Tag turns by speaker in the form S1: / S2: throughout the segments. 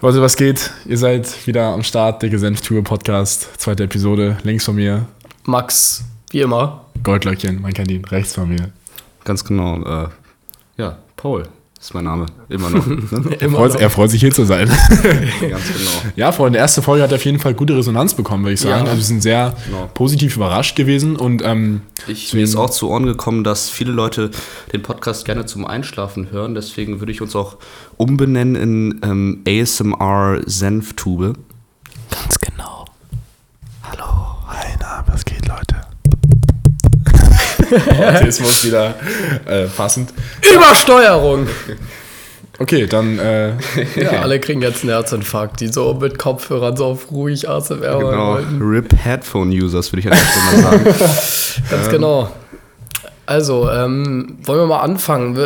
S1: Leute, was geht? Ihr seid wieder am Start, dicke Senftube Podcast, zweite Episode, links von mir.
S2: Max, wie immer.
S1: Goldlöckchen, man kennt ihn, rechts von mir.
S3: Ganz genau. Äh, ja, Paul ist mein Name. Immer noch. Ne?
S1: Er freut, er freut sich hier zu sein.
S3: Ganz genau.
S1: Ja, Freunde, erste Folge hat auf jeden Fall gute Resonanz bekommen, würde ich sagen.
S2: Ja.
S1: Also wir sind sehr
S3: Genau.
S1: positiv überrascht gewesen und ähm,
S3: Ich, mir ist auch zu Ohren gekommen, dass viele Leute den Podcast gerne zum Einschlafen hören. Deswegen würde ich uns auch umbenennen in ähm, ASMR Senftube.
S2: Ganz genau.
S1: was geht, Leute? Autismus wieder äh, passend.
S2: Übersteuerung!
S1: Okay, dann äh, ja.
S2: Alle kriegen jetzt einen Herzinfarkt, die so mit Kopfhörern so auf ruhig ASMR hören
S3: Genau.
S2: wollten.
S3: RIP Headphone Users würde ich an der Stelle mal sagen.
S1: Ähm.
S2: Ganz genau. Also, ähm, wollen wir mal anfangen?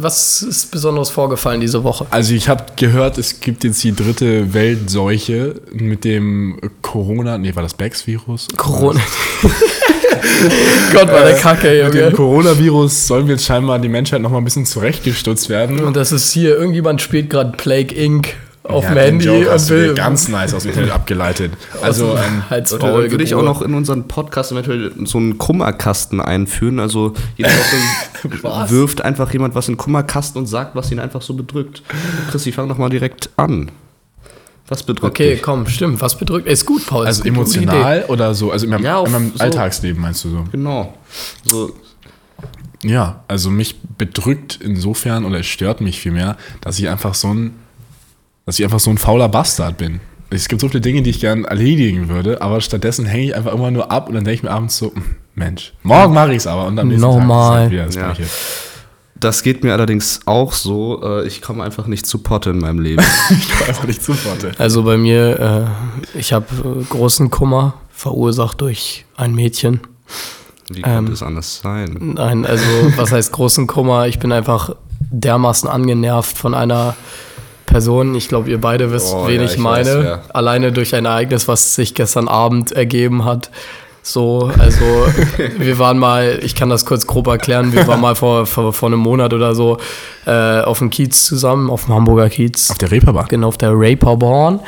S2: Was ist Besonderes vorgefallen diese Woche?
S1: Also ich habe gehört, es gibt jetzt die dritte Weltseuche mit dem Corona, nee, war das Becks-Virus?
S2: Corona. Gott, war der Kacke,
S1: Äh, Mit dem
S2: Junge.
S1: Coronavirus sollen wir jetzt scheinbar die Menschheit noch mal ein bisschen zurechtgestutzt werden.
S2: Und das ist hier, irgendjemand spielt gerade Plague Inc. auf
S1: Ja,
S2: dem
S1: den
S2: Handy
S1: Joke hast
S2: und
S1: du dir
S2: will.
S1: ganz nice aus dem Internet abgeleitet. Also ähm,
S2: Halt's
S3: Leute, dann Äh, würde ich auch noch in unseren Podcast eventuell so einen Kummerkasten einführen. Also jede Woche
S2: Was?
S3: wirft einfach jemand was in den Kummerkasten und sagt, was ihn einfach so bedrückt. Christi, fang doch mal direkt an. Was bedrückt
S2: Okay,
S3: dich?
S2: komm, stimmt. Was bedrückt? Ist gut, Paul.
S1: also
S2: ist gut, gute Idee.
S1: emotional oder so, also in meinem,
S3: Ja, auf-
S1: in meinem
S3: so.
S1: Alltagsleben meinst du so.
S3: Genau. So,
S1: Ja, also mich bedrückt insofern oder es stört mich vielmehr, dass ich einfach so ein, dass ich einfach so ein fauler Bastard bin. Es gibt so viele Dinge, die ich gern erledigen würde, aber stattdessen hänge ich einfach immer nur ab und dann denke ich mir abends so, "Hm, Mensch, morgen mache ich es aber und am nächsten
S2: Normal.
S1: Tag ist es halt wieder das
S3: Ja.
S1: Gleiche.
S3: das geht mir allerdings auch so. Äh, Ich komme einfach nicht zu Potte in meinem Leben.
S1: Ich komme einfach nicht zu Worte.
S2: Also bei mir, äh, ich habe äh, großen Kummer verursacht durch ein Mädchen.
S3: Wie könnte
S2: Ähm.
S3: es anders sein?
S2: Nein, also was heißt großen Kummer? Ich bin einfach dermaßen angenervt von einer Person. Ich glaube, ihr beide wisst,
S3: Oh,
S2: wen
S3: ja,
S2: ich,
S3: ich
S2: meine.
S3: weiß, ja.
S2: Alleine durch ein Ereignis, was sich gestern Abend ergeben hat. So, also wir waren mal, ich kann das kurz grob erklären, wir waren mal vor, vor, vor einem Monat oder so äh, auf dem Kiez zusammen, auf dem Hamburger Kiez.
S1: Auf der Reeperbahn.
S2: genau auf der Raperborn.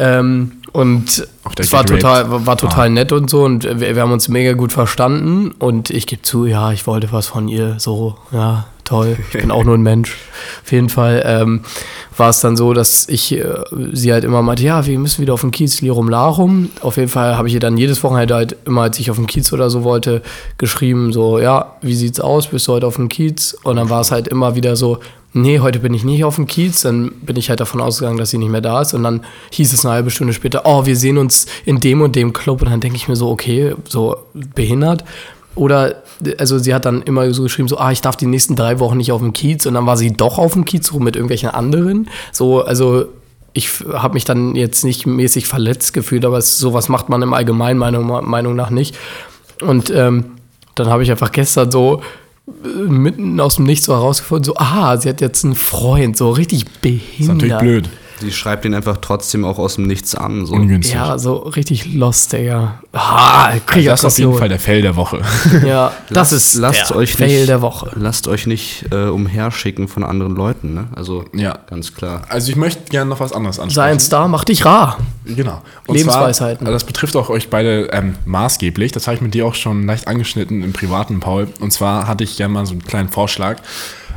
S2: Ähm, und
S1: Auf der
S2: es war
S1: Get
S2: total,
S1: Raped. Ah.
S2: war, war total nett und so und wir, wir haben uns mega gut verstanden und ich gebe zu, ja, ich wollte was von ihr, so, ja, toll, ich bin auch nur ein Mensch. Auf jeden Fall ähm, war es dann so, dass ich äh, sie halt immer meinte, ja, wir müssen wieder auf den Kiez, Lirum Larum. Auf jeden Fall habe ich ihr dann jedes Wochenende halt immer, als ich auf den Kiez oder so wollte, geschrieben, so, ja, wie sieht's aus, bist du heute auf dem Kiez? Und dann war es halt immer wieder so, nee, heute bin ich nicht auf dem Kiez, dann bin ich halt davon ausgegangen, dass sie nicht mehr da ist und dann hieß es eine halbe Stunde später, oh, wir sehen uns in dem und dem Club und dann denke ich mir so, okay, so behindert. Oder, also sie hat dann immer so geschrieben, so, ah, ich darf die nächsten drei Wochen nicht auf dem Kiez und dann war sie doch auf dem Kiez rum mit irgendwelchen anderen. So, also ich habe mich dann jetzt nicht mäßig verletzt gefühlt, aber es, sowas macht man im Allgemeinen meiner Meinung nach nicht. Und ähm, dann habe ich einfach gestern so äh, mitten aus dem Nichts so herausgefunden, so, aha, sie hat jetzt einen Freund, so richtig
S1: Ist
S2: behindert.
S1: natürlich blöd.
S3: Sie schreibt ihn einfach trotzdem auch aus dem Nichts an. So.
S1: Ungünstig. Also
S2: Ja, so richtig lost, Digga. Ah, krieg ich
S1: das ist auf jeden
S2: Aggression.
S1: Fall der Fell der Woche.
S2: Ja, das ist
S3: lasst
S2: der
S3: euch
S2: Fail
S3: nicht-
S2: der Woche.
S3: Lasst euch nicht äh, umherschicken von anderen Leuten, ne? Also
S1: Ja.
S3: ganz klar.
S1: Also ich möchte gerne noch was anderes ansprechen.
S2: Sei ein Star, mach dich rar.
S1: Genau.
S2: Lebensweisheiten.
S1: Zwar, äh, das betrifft auch euch beide ähm, maßgeblich. Das habe ich mit dir auch schon leicht angeschnitten im privaten, Paul. Und zwar hatte ich gerne mal so einen kleinen Vorschlag.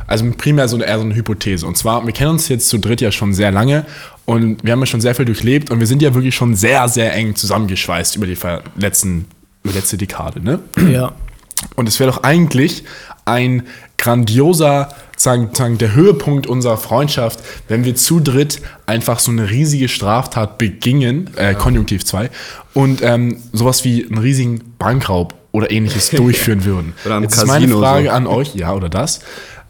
S1: Also primär so eine, eher so eine Hypothese. Und zwar, wir kennen uns jetzt zu dritt ja schon sehr lange und wir haben ja schon sehr viel durchlebt und wir sind ja wirklich schon sehr, sehr eng zusammengeschweißt über die ver- letzten, über die letzte Dekade, ne?
S2: Ja.
S1: Und es wäre doch eigentlich ein grandioser, sagen, sagen, der Höhepunkt unserer Freundschaft, wenn wir zu dritt einfach so eine riesige Straftat begingen, äh, Konjunktiv 2, und ähm, sowas wie einen riesigen Bankraub oder ähnliches durchführen würden.
S3: Oder am
S1: Jetzt ist meine
S3: Casino
S1: Frage
S3: so.
S1: an euch, ja oder das,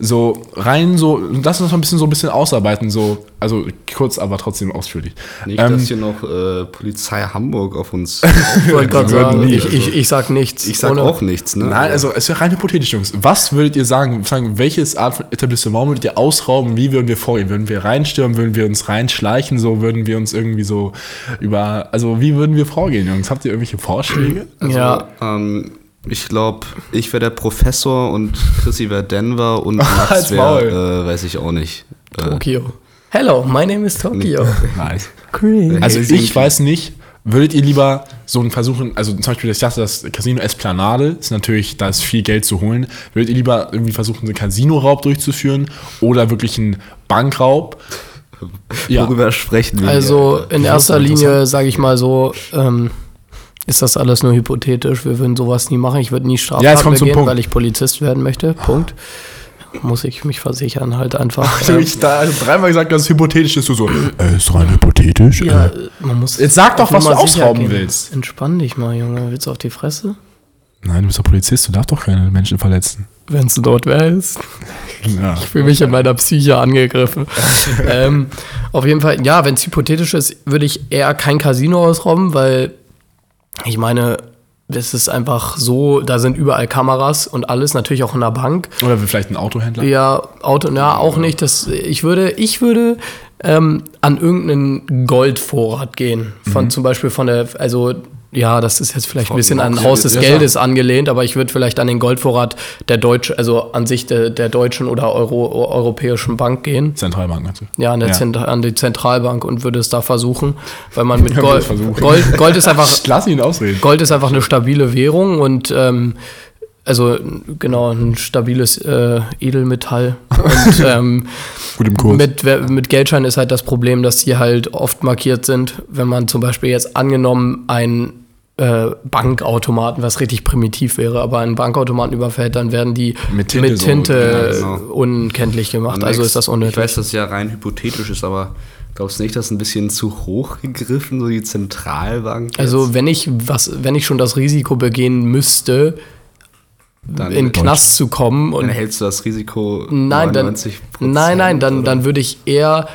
S1: so rein so, lass uns mal ein bisschen so ein bisschen ausarbeiten, so, also kurz, aber trotzdem ausführlich.
S3: Nicht,
S1: Ähm,
S3: dass hier noch äh, Polizei Hamburg auf uns.
S2: Ich wollte gerade
S1: würden
S2: sagen,
S1: nie.
S2: ich, ich, ich sag nichts.
S3: ich sag
S2: ohne-
S3: auch nichts, ne?
S1: Nein, also es wäre rein hypothetisch, Jungs. Was würdet ihr sagen? sagen welches Art von Etablissement würdet ihr ausrauben? Wie würden wir vorgehen? Würden wir reinstürmen? Würden wir uns reinschleichen? So würden wir uns irgendwie so über. Also wie würden wir vorgehen, Jungs? Habt ihr irgendwelche Vorschläge? Also,
S2: ja,
S3: Ähm, ich glaube, ich wäre der Professor und Chrissy wäre Denver und Max
S1: Halt's Maul.
S3: wäre, äh, weiß ich auch nicht. Äh,
S2: Tokio. Hello, my name is Tokio.
S1: Nice.
S2: Green.
S1: Also
S3: Helsinki.
S1: ich weiß nicht, würdet ihr lieber so einen versuchen, also zum Beispiel, ich dachte, das Casino Esplanade ist natürlich, da ist viel Geld zu holen. Würdet ihr lieber irgendwie versuchen, einen Casinoraub durchzuführen oder wirklich einen Bankraub? Ja.
S3: Worüber sprechen wir?
S2: Also
S3: hier?
S2: in erster Linie, sage ich mal so, ähm, ist das alles nur hypothetisch. Wir würden sowas nie machen. Ich würde nie Straftaten
S1: Ja, jetzt kommt zum
S2: begehen,
S1: Punkt. Ah.
S2: weil ich Polizist werden möchte. Punkt. Muss ich mich versichern halt einfach.
S1: Hab
S2: Ähm,
S1: ich da also dreimal gesagt, dass es hypothetisch ist. Du so, äh, ist rein hypothetisch.
S2: ja,
S1: äh.
S2: äh, man muss
S1: Jetzt sag doch,
S2: auf
S1: was du
S2: Nummer sicher
S1: ausrauben
S2: gehen.
S1: willst.
S2: Entspann dich mal, Junge. Willst du auf die Fresse?
S1: Nein, du bist doch Polizist, du darfst doch keine Menschen verletzen.
S2: Wenn es dort wärst.
S1: Ja.
S2: Ich fühle mich in meiner Psyche angegriffen. ähm, auf jeden Fall, ja, wenn es hypothetisch ist, würde ich eher kein Casino ausrauben, weil ich meine, es ist einfach so, da sind überall Kameras und alles, natürlich auch in der Bank.
S1: Oder vielleicht ein Autohändler.
S2: Ja, Auto, na, auch nicht. Das, ich würde, ich würde ähm, an irgendeinen Goldvorrat gehen.
S1: Mhm.
S2: Von zum Beispiel von der, also ja, das ist jetzt vielleicht ein bisschen an
S3: ja,
S2: Haus des
S1: ja,
S2: Geldes angelehnt, aber ich würde vielleicht an den Goldvorrat der Deutsch, also an sich der, der deutschen oder Euro, europäischen Bank gehen.
S1: Zentralbank natürlich.
S2: Ja, an, der Zent- an die Zentralbank und würde es da versuchen, weil man mit
S1: Ja, würde
S2: Gold,
S1: es versuchen.
S2: Gold, Gold ist einfach
S1: Lass ihn ausreden.
S2: Gold ist einfach eine stabile Währung und ähm, also n- genau ein stabiles äh, Edelmetall. Und ähm,
S1: Gut im Kurs.
S2: mit, wer- mit Geldscheinen ist halt das Problem, dass die halt oft markiert sind. Wenn man zum Beispiel jetzt angenommen einen äh, Bankautomaten, was richtig primitiv wäre, aber einen Bankautomaten überfällt, dann werden die
S1: Mit
S2: mit
S1: Tinte
S2: Tinte,
S1: so,
S3: ja, genau.
S2: unkenntlich gemacht.
S3: Am
S2: also
S3: nächsten-
S2: ist das
S3: Ich
S2: unnötig.
S3: weiß, dass es ja rein hypothetisch ist, aber glaubst du nicht, dass ein bisschen zu hoch gegriffen, so die Zentralbank? jetzt?
S2: Also wenn ich was, wenn ich schon das Risiko begehen müsste,
S3: dann,
S2: in den Knast zu kommen
S3: dann
S2: und
S3: hältst du das Risiko
S2: Nein, dann,
S3: 99
S2: nein, nein, dann,
S3: oder?
S2: dann würde ich eher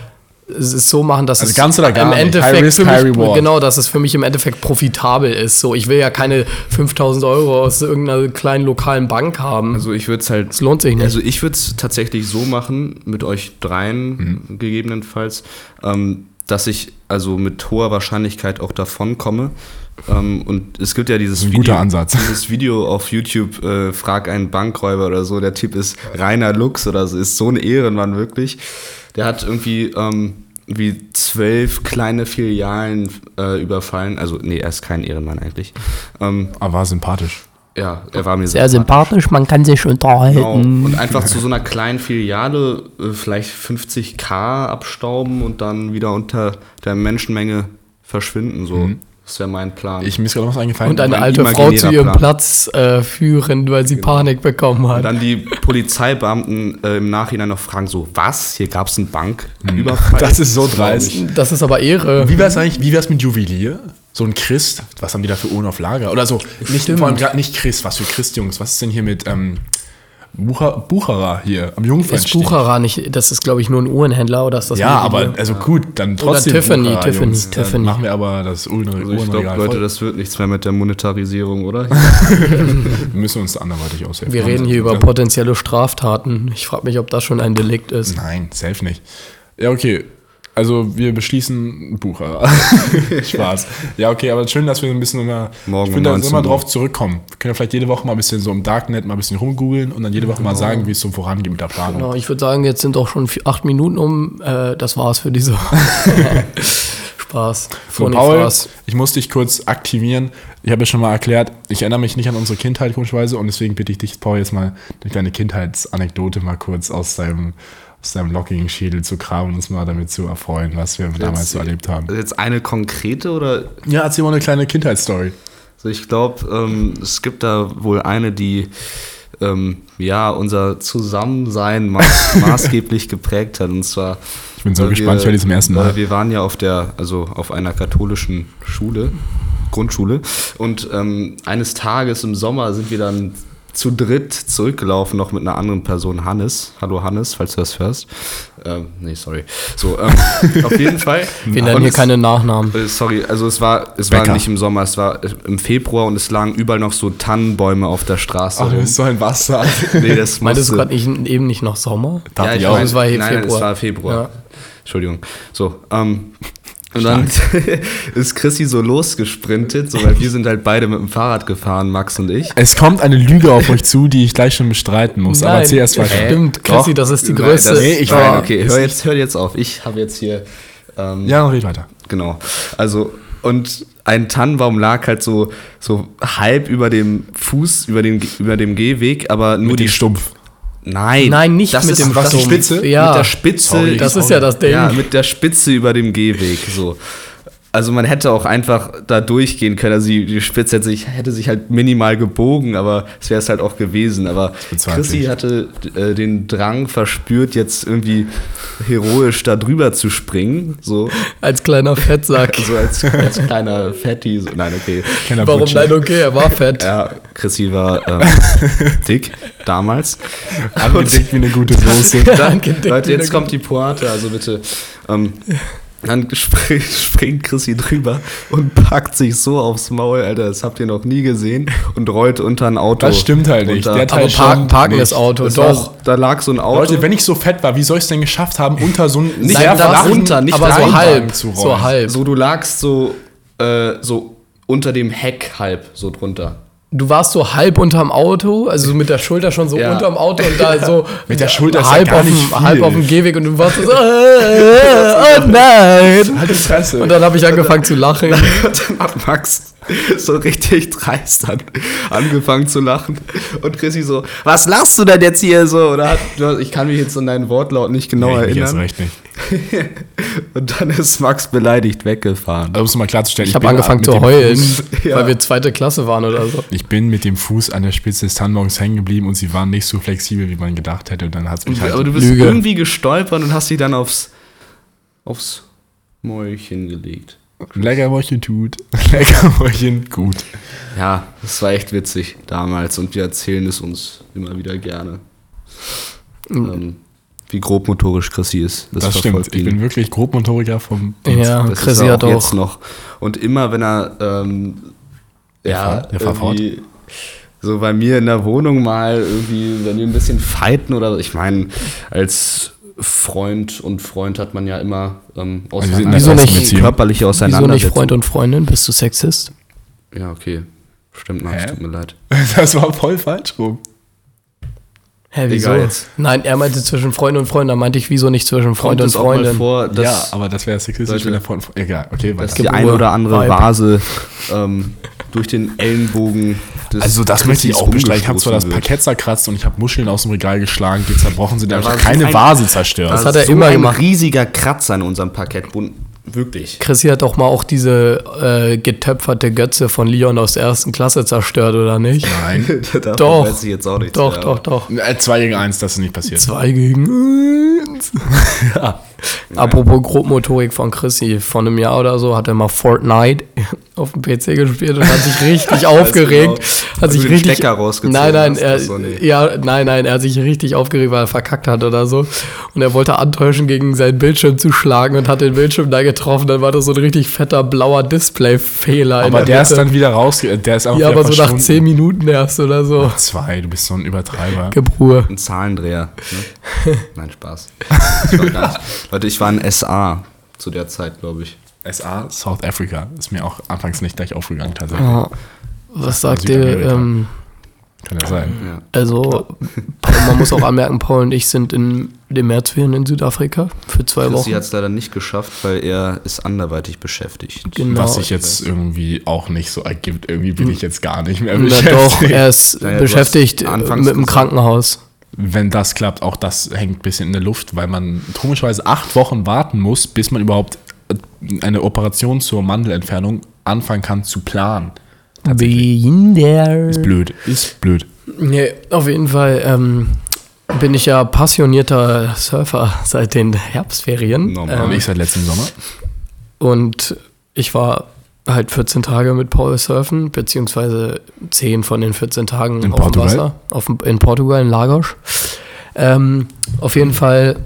S2: es so machen, dass
S1: Also
S2: es
S1: ganz oder gar
S2: im
S1: nicht. High
S2: Endeffekt
S1: risk,
S2: für
S1: high
S2: mich,
S1: reward.
S2: genau, dass es für mich im Endeffekt profitabel ist. So, ich will ja keine 5000 Euro aus irgendeiner kleinen lokalen Bank haben.
S3: Also ich würde es halt.
S2: Das lohnt sich nicht.
S3: Also ich würde es tatsächlich so machen, mit euch dreien
S1: Mhm.
S3: gegebenenfalls, ähm, dass ich also mit hoher Wahrscheinlichkeit auch davon komme. Ähm, und es gibt ja dieses
S1: ein guter Ansatz.
S3: dieses Video auf YouTube, äh, frag einen Bankräuber oder so, der Typ ist reiner Lux oder so, ist so ein Ehrenmann wirklich. Der hat irgendwie ähm, wie zwölf kleine Filialen äh, überfallen. Also, nee, er ist kein Ehrenmann eigentlich. Ähm,
S1: Aber Ah, war sympathisch.
S3: ja, er war mir
S2: sympathisch, man kann sich
S3: Genau.
S2: unterhalten.
S3: Und einfach zu so einer kleinen Filiale äh, vielleicht 50k abstauben und dann wieder unter der Menschenmenge verschwinden. So, das wäre mein Plan.
S1: Mhm. Ich, mir ist gerade noch was eingefallen.
S2: Und eine
S3: Mein
S2: alte Frau zu
S3: imaginärer
S2: ihrem
S3: Plan.
S2: Platz äh, führen, weil sie
S1: Genau.
S2: Panik bekommen
S3: und
S2: hat.
S3: dann die Polizeibeamten äh, im Nachhinein noch fragen: So, was? Hier gab es einen Banküberfall.
S1: Mhm. Das ist so dreist.
S2: Das ist aber Ehre.
S1: Wie wär's eigentlich, wie wär's mit Juwelier? So ein Christ, was haben die da für Uhren auf Lager? Oder so, nicht, vor allem gerade nicht Christ, was für Christ, Jungs, was ist denn hier mit ähm, Bucher, Bucherer hier am
S2: Ist
S1: Jungfernstieg?
S2: Bucherer nicht, das ist glaube ich nur ein Uhrenhändler oder ist das
S1: Ja,
S2: eine
S1: aber
S2: Idee?
S1: also gut, dann trotzdem
S2: Tiffany,
S1: Bucherer,
S2: Tiffany,
S1: Jungs. Dann
S2: Tiffany.
S1: machen wir aber das Uhren-
S3: Also ich
S1: Uhrenregal
S3: glaube, Leute,
S1: voll.
S3: das wird nichts mehr mit der Monetarisierung, oder?
S1: Wir müssen uns anderweitig aushelfen.
S2: Wir reden hier über potenzielle Straftaten. Ich frage mich, ob das schon ein Delikt ist.
S1: Nein, safe nicht. Ja, okay. Also wir beschließen Bucher. Spaß. Ja, okay, aber schön, dass wir so ein bisschen immer,
S3: Morgen
S1: ich finde,
S3: um
S1: dass wir immer
S3: 19 Uhr.
S1: drauf zurückkommen. Wir können ja vielleicht jede Woche mal ein bisschen so im Darknet mal ein bisschen rumgoogeln und dann jede Woche mal
S3: Genau.
S1: sagen, wie es so vorangeht mit der Planung.
S2: Ja, ich würde sagen, jetzt sind auch schon vi- acht Minuten um. Äh, das war's für diese Woche. Spaß.
S1: So,
S2: Funny
S1: Paul,
S2: Spaß.
S1: ich muss dich kurz aktivieren. Ich habe ja schon mal erklärt, ich erinnere mich nicht an unsere Kindheit komischerweise und deswegen bitte ich dich, Paul, jetzt mal eine kleine Kindheitsanekdote mal kurz aus deinem, aus deinem lockigen Schädel zu kramen und uns mal damit zu erfreuen, was wir damals so erlebt haben.
S3: Jetzt eine konkrete oder
S1: Ja, erzähl mal eine kleine Kindheitsstory.
S3: Also ich glaube, ähm, es gibt da wohl eine, die ähm, ja unser Zusammensein maß maßgeblich geprägt hat. Und zwar.
S1: Ich bin so
S3: weil
S1: gespannt, ich höre die zum ersten Mal.
S3: weil Wir waren ja auf der, also auf einer katholischen Schule, Grundschule. Und ähm, eines Tages im Sommer sind wir dann zu dritt zurückgelaufen, noch mit einer anderen Person, Hannes. Hallo Hannes, falls du das hörst. Ähm, nee, sorry. So, ähm, auf jeden Fall.
S2: Wir nennen hier
S3: Hannes-
S2: keine Nachnamen.
S3: äh, Sorry, also es war, es
S1: Bäcker.
S3: war nicht im Sommer, es war äh, im Februar und es lagen überall noch so Tannenbäume auf der Straße.
S1: Ach, du
S3: rum.
S1: bist so ein Bastard.
S3: nee, das
S2: Meintest du
S3: musste-
S2: gerade nicht- eben nicht noch Sommer?
S1: Dachte ich
S3: ich
S1: auch.
S3: meine,
S2: Es war hier
S3: nein, nein,
S2: Februar.
S3: es war Februar.
S2: Ja.
S3: Entschuldigung. So, ähm, und dann ist Chrissy so losgesprintet, so, weil wir sind halt beide mit dem Fahrrad gefahren, Max und ich.
S1: Es kommt eine Lüge auf euch zu, die ich gleich schon bestreiten muss. Aber erzähl erst
S2: das
S1: weiter.
S2: stimmt, Chrissy, das ist die
S3: Nein,
S2: größte.
S3: das-
S1: Nee, ich
S3: nein,
S1: war-
S3: okay, hör jetzt, hör jetzt auf. Ich habe jetzt hier. Ähm,
S1: Ja, red weiter.
S3: Genau. Also, und ein Tannenbaum lag halt so, so halb über dem Fuß, über dem, über dem Gehweg, aber nur
S1: Mit
S3: die.
S1: dem Stumpf.
S3: Nein.
S2: Nein, nicht
S3: das
S2: mit
S3: ist,
S2: dem
S3: was, die
S1: Stumpf.
S3: Spitze?
S2: Ja.
S3: Mit der Spitze.
S1: Sorry,
S2: das ist ja das Ding.
S3: Ja, mit der Spitze über dem Gehweg. So. Also man hätte auch einfach da durchgehen können. Also die, die Spitze hätte sich, hätte sich halt minimal gebogen, aber es wäre es halt auch gewesen. Aber
S1: bezweifle
S3: Chrissy
S1: ich.
S3: hatte äh, den Drang verspürt, jetzt irgendwie heroisch da drüber zu springen. So,
S2: Als kleiner Fettsack.
S3: so Also als, als kleiner Fatty. So. Nein, okay.
S1: Kenner
S2: Warum?
S1: Butcher.
S2: Nein, okay, er war fett.
S3: Ja, Chrissy war ähm, dick damals.
S1: Angedickt wie eine gute Soße.
S3: dann,
S2: Angedickt
S3: Leute,
S2: wie eine
S3: jetzt kommt die Pointe, also bitte. Ähm, dann spring, springt Chrissy drüber und packt sich so aufs Maul, Alter, das habt ihr noch nie gesehen, und rollt unter ein Auto.
S1: Das stimmt halt nicht.
S3: Unter,
S1: Der
S2: Aber
S1: Teil
S2: parken,
S1: schon
S2: parken
S1: nicht.
S2: das Auto,
S3: das
S2: doch.
S3: War, da lag so ein Auto.
S1: Leute, wenn ich so fett war, wie soll ich es denn geschafft haben, unter so einen
S3: Nicht
S1: sehr
S3: da
S1: flachen-
S3: runter, nicht
S2: aber so
S3: rein,
S2: halb,
S1: zu rollen.
S2: so halb.
S3: so, du lagst so, äh, so unter dem Heck halb, so drunter.
S2: Du warst so halb unterm Auto, also so mit der Schulter schon so
S3: Ja.
S2: unterm Auto und da so
S1: Mit der Schulter ist ja
S2: halb,
S1: gar
S2: auf
S1: nicht
S2: dem,
S1: viel.
S2: halb auf dem Gehweg und du warst so, äh, oh nein.
S1: Halt die Fresse.
S2: Und dann habe ich angefangen zu lachen.
S3: Und dann hat Max so richtig dreist an, angefangen zu lachen. Und Chrissy so, was lachst du denn jetzt hier so? Oder hat, ich kann mich jetzt an deinen Wortlaut nicht genau
S1: Nee, ich mich erst
S3: erinnern.
S1: recht nicht.
S3: Und dann ist Max beleidigt weggefahren.
S1: Also, um es mal klarzustellen,
S2: Ich habe
S1: bin
S2: angefangen
S1: mit
S2: zu
S1: dem
S2: heulen,
S1: Fuß-
S3: Ja.
S2: weil wir zweite Klasse waren oder so.
S1: Ich bin mit dem Fuß an der Spitze des Tannenbaums hängen geblieben und sie waren nicht so flexibel, wie man gedacht hätte. Und dann hat es mich halt.
S3: Aber du bist
S2: Lüge.
S3: irgendwie gestolpert und hast dich dann aufs, aufs Mäulchen gelegt.
S1: Leckermäulchen tut. Leckermäulchen gut.
S3: Ja, das war echt witzig damals und wir erzählen es uns immer wieder gerne. Ähm, wie grobmotorisch Chrissy ist.
S1: Mhm. Das,
S3: verfolgt
S1: stimmt. Ich
S3: ihn.
S1: bin wirklich Grobmotoriker vom.
S2: Ja,
S3: Das
S2: Chrissy
S3: ist er
S2: hat
S3: auch jetzt
S2: auch.
S3: noch. Und immer wenn er ähm, ja,
S1: Fahr- der Fahrfahrt?
S3: irgendwie so bei mir in der Wohnung mal irgendwie, wenn wir ein bisschen fighten oder ich meine, als Freund und Freund hat man ja immer ähm,
S1: wir sind in
S3: auseinander-
S1: einer
S2: Wieso nicht-
S1: Beziehung.
S3: körperliche
S2: Wieso nicht
S3: Auseinandersetzung.
S2: Freund und Freundin? Bist du Sexist?
S3: ja, okay. Stimmt, Max,
S1: Hä?
S3: tut mir leid.
S1: Das war voll falsch rum.
S2: Hä, wieso?
S3: Egal jetzt.
S2: Nein, er meinte zwischen Freund und Freund, da meinte ich, wieso nicht zwischen Freund
S3: Kommt
S2: und
S3: es auch mal
S2: Freundin?
S3: vor,
S1: ja,
S3: dass
S1: aber das wäre sexistisch,
S3: Leute.
S1: wenn der Freund. Egal, okay, weiter.
S3: die
S2: Gebur-
S3: ein oder andere
S2: Vibe.
S3: Vase ähm, durch den Ellenbogen des
S1: Also das möchte ich
S3: Christys
S1: auch bestreiten. Ich habe zwar das
S3: rumgestoßen wird.
S1: Parkett zerkratzt und ich habe Muscheln aus dem Regal geschlagen, die zerbrochen sind, aber ich
S3: war
S1: habe
S3: so
S1: keine
S3: ein-
S1: Vase zerstört.
S2: Das hat er immer
S3: ein
S2: gemacht.
S3: riesiger Kratzer in unserem Parkettboden. Wirklich.
S2: Chrissy hat doch mal auch diese äh, getöpferte Götze von Leon aus der ersten Klasse zerstört, oder nicht?
S1: Nein.
S3: Davon
S2: Doch.
S3: Weiß ich jetzt auch nicht.
S2: Doch, doch, doch.
S1: Äh, Zwei gegen eins, das ist nicht passiert.
S2: Zwei gegen eins. ja. Apropos Grobmotorik von Chrissy, vor einem Jahr oder so hat er mal Fortnite auf dem PC gespielt und hat sich richtig aufgeregt.
S3: genau.
S2: Hat
S3: Als
S2: sich
S3: du den
S2: richtig
S3: Stecker rausgezogen
S2: Nein, nein,
S3: hast,
S2: er,
S3: das so, nee.
S2: ja, nein, nein, er hat sich richtig aufgeregt, weil er verkackt hat oder so. Und er wollte antäuschen, gegen seinen Bildschirm zu schlagen und hat den Bildschirm da getroffen. Dann war das so ein richtig fetter blauer Display-Fehler. in
S1: Aber der ist
S2: Mitte.
S1: dann wieder raus, äh, der ist einfach
S2: Ja,
S1: wieder
S2: aber so nach
S1: verschwunden.
S2: zehn Minuten erst oder so.
S1: Zwei, du bist so ein Übertreiber.
S2: Gebruhe.
S3: Ein Zahlendreher. Ne? Nein, Spaß. Ich war gar nicht- Leute, ich war ein SA zu der Zeit, glaube ich.
S1: SA South Africa ist mir auch anfangs nicht gleich aufgegangen tatsächlich.
S2: Ja. Was sagt ihr?
S1: Südamerika.
S2: Ähm,
S1: Kann ja sein.
S3: Ja.
S2: also, Paul, man muss auch anmerken, Paul und ich sind in den Märzferien in Südafrika für zwei
S3: Chrissy
S2: Wochen.
S3: hat es leider nicht geschafft, weil er ist anderweitig beschäftigt.
S2: Genau. Hm.
S1: Was sich jetzt irgendwie auch nicht so ergibt. Irgendwie bin ich jetzt gar nicht mehr
S2: Na doch,
S1: beschäftigt.
S2: er ist
S3: Naja, du hast
S2: beschäftigt äh,
S3: anfangs
S2: mit dem
S3: gesagt.
S2: Krankenhaus.
S1: Wenn das klappt, auch das hängt ein bisschen in der Luft, weil man komischerweise acht Wochen warten muss, bis man überhaupt äh, eine Operation zur Mandelentfernung anfangen kann zu planen.
S2: Wen der?
S1: Ist blöd, ist blöd.
S2: Nee, auf jeden Fall ähm, bin ich ja passionierter Surfer seit den Herbstferien.
S3: Normal.
S1: Und
S2: Ähm,
S1: ich seit letztem Sommer.
S2: und ich war halt 14 Tage mit Paul surfen, beziehungsweise 10 von den 14 Tagen
S1: In
S2: auf
S1: Portugal?
S2: dem Wasser, auf, dem- in Portugal, in Lagos. Ähm, auf jeden Fall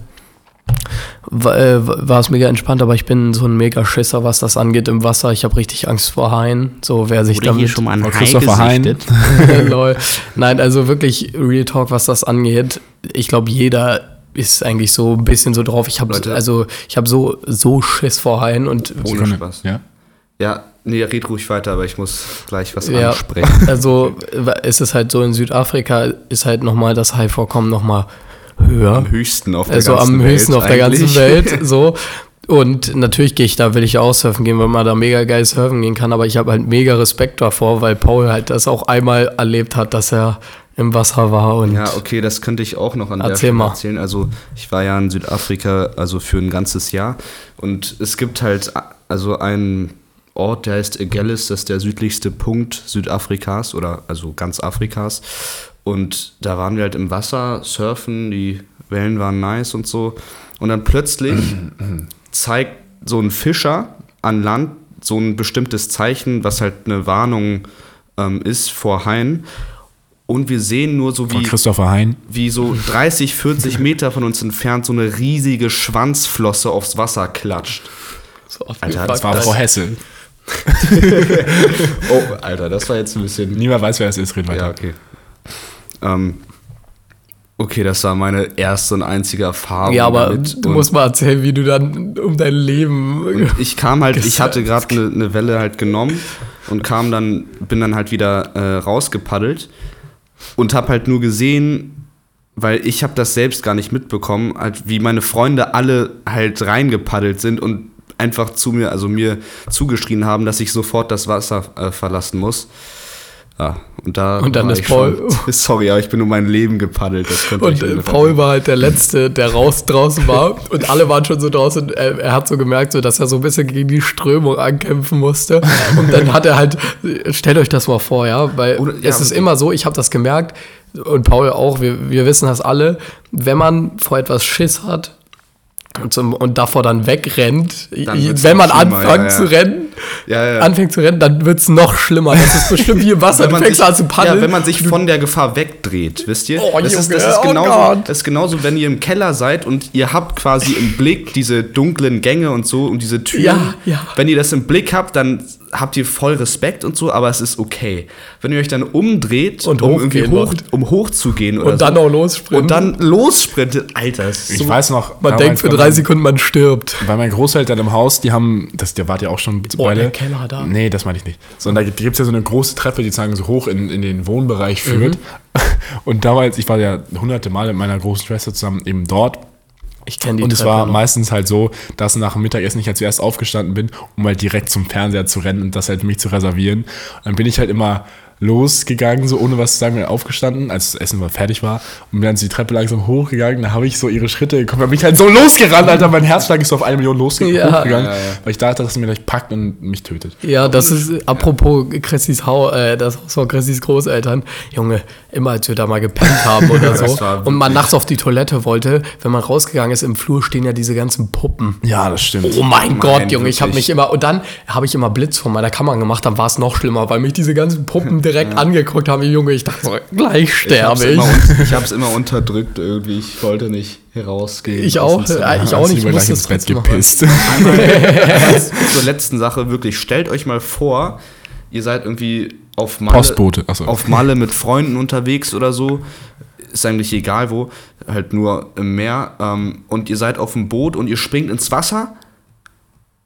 S2: wa- äh, wa- war es mega entspannt, aber ich bin so ein mega Schisser, was das angeht im Wasser. Ich habe richtig Angst vor Haien. So, wer sich
S4: Wurde hier
S2: damit
S4: schon mal ein
S1: Frau
S4: Hai
S1: Christopher Hein.
S4: gesichtet?
S2: Lol. Nein, also wirklich Real Talk, was das angeht. Ich glaube, jeder ist eigentlich so ein bisschen so drauf. Ich habe
S3: Leute.
S2: also ich habe so so Schiss vor Haien und
S3: Ohne
S1: Sekunde.
S3: Spaß.
S1: Ja.
S3: Ja, nee, red ruhig weiter, aber ich muss gleich was
S2: Ja.
S3: ansprechen.
S2: also ist es halt so in Südafrika ist halt noch mal das Hai-Vorkommen noch mal höher.
S3: Am höchsten auf der
S2: Also
S3: ganzen
S2: am
S3: Welt.
S2: höchsten auf der ganzen
S3: eigentlich.
S2: Welt. So. Und natürlich gehe ich da, will ich ja auch surfen gehen, weil man da mega geil surfen gehen kann, aber ich habe halt mega Respekt davor, weil Paul halt das auch einmal erlebt hat, dass er im Wasser war und
S3: Ja, okay, das könnte ich auch noch an der
S2: Erzähl
S3: Stelle
S2: mal.
S3: erzählen. Also ich war ja in Südafrika, also für ein ganzes Jahr. Und es gibt halt a- also einen Ort, der heißt Egellis, das ist der südlichste Punkt Südafrikas oder also ganz Afrikas. Und da waren wir halt im Wasser, surfen, die Wellen waren nice und so. Und dann plötzlich zeigt so ein Fischer an Land so ein bestimmtes Zeichen, was halt eine Warnung ähm, ist vor Haien. Und wir sehen nur so
S1: Frau
S3: wie
S1: Christopher Hein.
S3: wie so 30, 40 Meter von uns entfernt so eine riesige Schwanzflosse aufs Wasser klatscht.
S2: so
S3: Alter,
S1: Das war
S3: Das-
S1: Frau Hesse.
S3: Oh, Alter, das war jetzt ein bisschen.
S1: Niemand weiß, wer es ist. Red weiter.
S3: Ja, okay. Ähm, okay, das war meine erste und einzige Erfahrung.
S2: Ja, aber
S3: damit
S2: du
S3: und-
S2: musst mal erzählen, wie du dann um dein Leben.
S3: Und ich kam halt, ich hatte gerade eine ne Welle halt genommen und kam dann, bin dann halt wieder äh, rausgepaddelt und habe halt nur gesehen, weil ich habe das selbst gar nicht mitbekommen, halt wie meine Freunde alle halt reingepaddelt sind und einfach zu mir, also mir zugeschrien haben, dass ich sofort das Wasser äh, verlassen muss. Ja, und da
S2: Und dann
S3: war
S2: ist
S3: ich
S2: Paul-
S3: schon- Sorry, aber ich bin um mein Leben gepaddelt. Das konnte ich
S2: Und
S3: mir
S2: äh,
S3: nicht
S2: Paul war halt der Letzte, der raus draußen war. Und alle waren schon so draußen. Er, er hat so gemerkt, so, dass er so ein bisschen gegen die Strömung ankämpfen musste. Und dann hat er halt, stellt euch das mal vor, ja, weil
S3: Oder- ja,
S2: es ist
S3: wirklich.
S2: immer so, ich habe das gemerkt und Paul auch, wir, wir wissen das alle, wenn man vor etwas Schiss hat, und, zum, und davor dann wegrennt,
S3: wird's
S2: wenn
S3: noch
S2: man
S3: schlimmer,
S2: anfängt
S3: ja, ja.
S2: zu rennen,
S3: Ja, ja.
S2: anfängt zu rennen, dann wird es noch schlimmer. Das ist bestimmt wie im also Wasser.
S3: wenn
S2: Du
S3: man
S2: fängst
S3: sich,
S2: an zu paddeln.
S3: Ja, wenn man sich von der Gefahr wegdreht, wisst ihr?
S2: Oh,
S3: das, ist, das,
S2: Junge,
S3: ist
S2: oh
S3: genauso,
S2: Gott.
S3: das ist genauso, wenn ihr im Keller seid und ihr habt quasi im Blick diese dunklen Gänge und so und diese Türen.
S2: Ja, ja.
S3: Wenn ihr das im Blick habt, dann habt ihr voll Respekt und so, aber es ist okay. Wenn ihr euch dann umdreht,
S2: Und
S3: um irgendwie
S2: hochgehen
S3: hoch,
S2: wollt.
S3: um hochzugehen oder
S2: Und dann
S3: so,
S2: auch lossprinten.
S3: und dann lossprintet, Alter, das ist
S1: Ich
S3: so
S1: weiß noch.
S2: man denkt
S1: damals
S2: für
S1: bei
S2: drei
S1: meinen-
S2: Sekunden, man stirbt.
S1: Bei meinen Großeltern im Haus, die haben, das, der wart ja auch schon
S2: Oh,
S1: beide.
S2: der Keller da.
S1: Nee, das meine ich nicht. Sondern da gibt es ja so eine große Treppe, die sagen so hoch in, in den Wohnbereich führt.
S2: Mhm.
S1: Und damals, ich war ja hunderte Mal mit meiner großen Schwester zusammen eben dort.
S2: Ich kenne
S1: und es
S2: Treppe
S1: war
S2: noch.
S1: meistens halt so, dass nach dem Mittagessen ich halt zuerst aufgestanden bin, um halt direkt zum Fernseher zu rennen und das halt mich zu reservieren. Und dann bin ich halt immer losgegangen, so ohne was zu sagen, bin halt aufgestanden, als das Essen mal fertig war und bin dann so die Treppe langsam hochgegangen, da habe ich so ihre Schritte gekommen, da bin ich halt so losgerannt, Alter, mein Herzschlag ist so auf eine Million losge
S2: Ja.
S1: hochgegangen,
S3: Ja, ja.
S1: weil ich dachte, dass sie mir gleich packt und mich tötet.
S2: Ja, das ist, äh, apropos Chrissys Hau, äh, das Haus von Chrissys Großeltern. Junge, immer als wir da mal gepennt haben oder so
S3: Das war
S2: und man nachts auf die Toilette wollte, wenn man rausgegangen ist, im Flur stehen ja diese ganzen Puppen.
S1: Ja, das stimmt.
S2: Oh mein
S3: Nein,
S2: Gott, Junge, ich habe
S3: wirklich.
S2: mich immer und dann habe ich immer Blitz vor meiner Kamera gemacht, dann war es noch schlimmer, weil mich diese ganzen Puppen direkt angeguckt haben. Junge, ich dachte so, gleich
S3: hab's
S2: sterbe ich.
S3: immer un- ich hab's immer unterdrückt irgendwie. Ich wollte nicht herausgehen.
S2: Ich
S3: aus dem
S2: auch,
S3: Zimmer.
S2: äh, ich auch nicht, ich
S1: gleich
S2: musste
S1: ins
S2: es
S1: Brett
S2: kurz machen.
S1: gepisst.
S3: zur letzten Sache wirklich. Stellt euch mal vor, ihr seid irgendwie auf Malle,
S1: Postbote, ach so.
S3: auf Malle mit Freunden unterwegs oder so. Ist eigentlich egal wo, halt nur im Meer. Ähm, und ihr seid auf dem Boot und ihr springt ins Wasser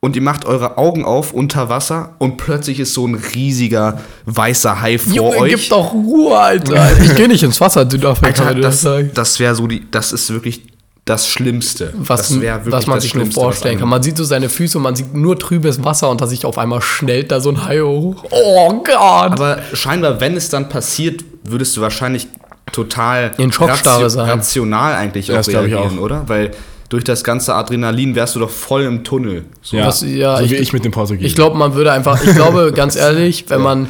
S3: und ihr macht eure Augen auf unter Wasser und plötzlich ist so ein riesiger weißer Hai vor
S2: Junge,
S3: euch.
S2: gib doch Ruhe, Alter. Ich gehe nicht ins Wasser in Südafrika,
S3: Alter,
S2: wenn du das
S3: das
S2: sagst.
S3: das wäre so die, das ist wirklich das Schlimmste.
S2: was,
S3: das wäre wirklich
S2: was man
S3: das
S2: sich nur
S3: Schlimmste, was
S2: vorstellen
S3: einem-
S2: kann. Man sieht so seine Füße und man sieht nur trübes Wasser und da sich auf einmal schnellt da so ein Hai hoch. Oh Gott!
S3: Aber scheinbar, wenn es dann passiert, würdest du wahrscheinlich total
S2: In Schockstarre
S3: ratio-
S2: sein.
S3: rational eigentlich
S1: Ja, das glaub ich auch.
S3: oder? Weil durch das ganze Adrenalin wärst du doch voll im Tunnel. So.
S1: Ja,
S2: Was- ja,
S1: so wie
S2: ich-
S1: ich mit dem Portugiesen.
S2: ich glaube, man würde einfach, ich glaube, ganz ehrlich, wenn man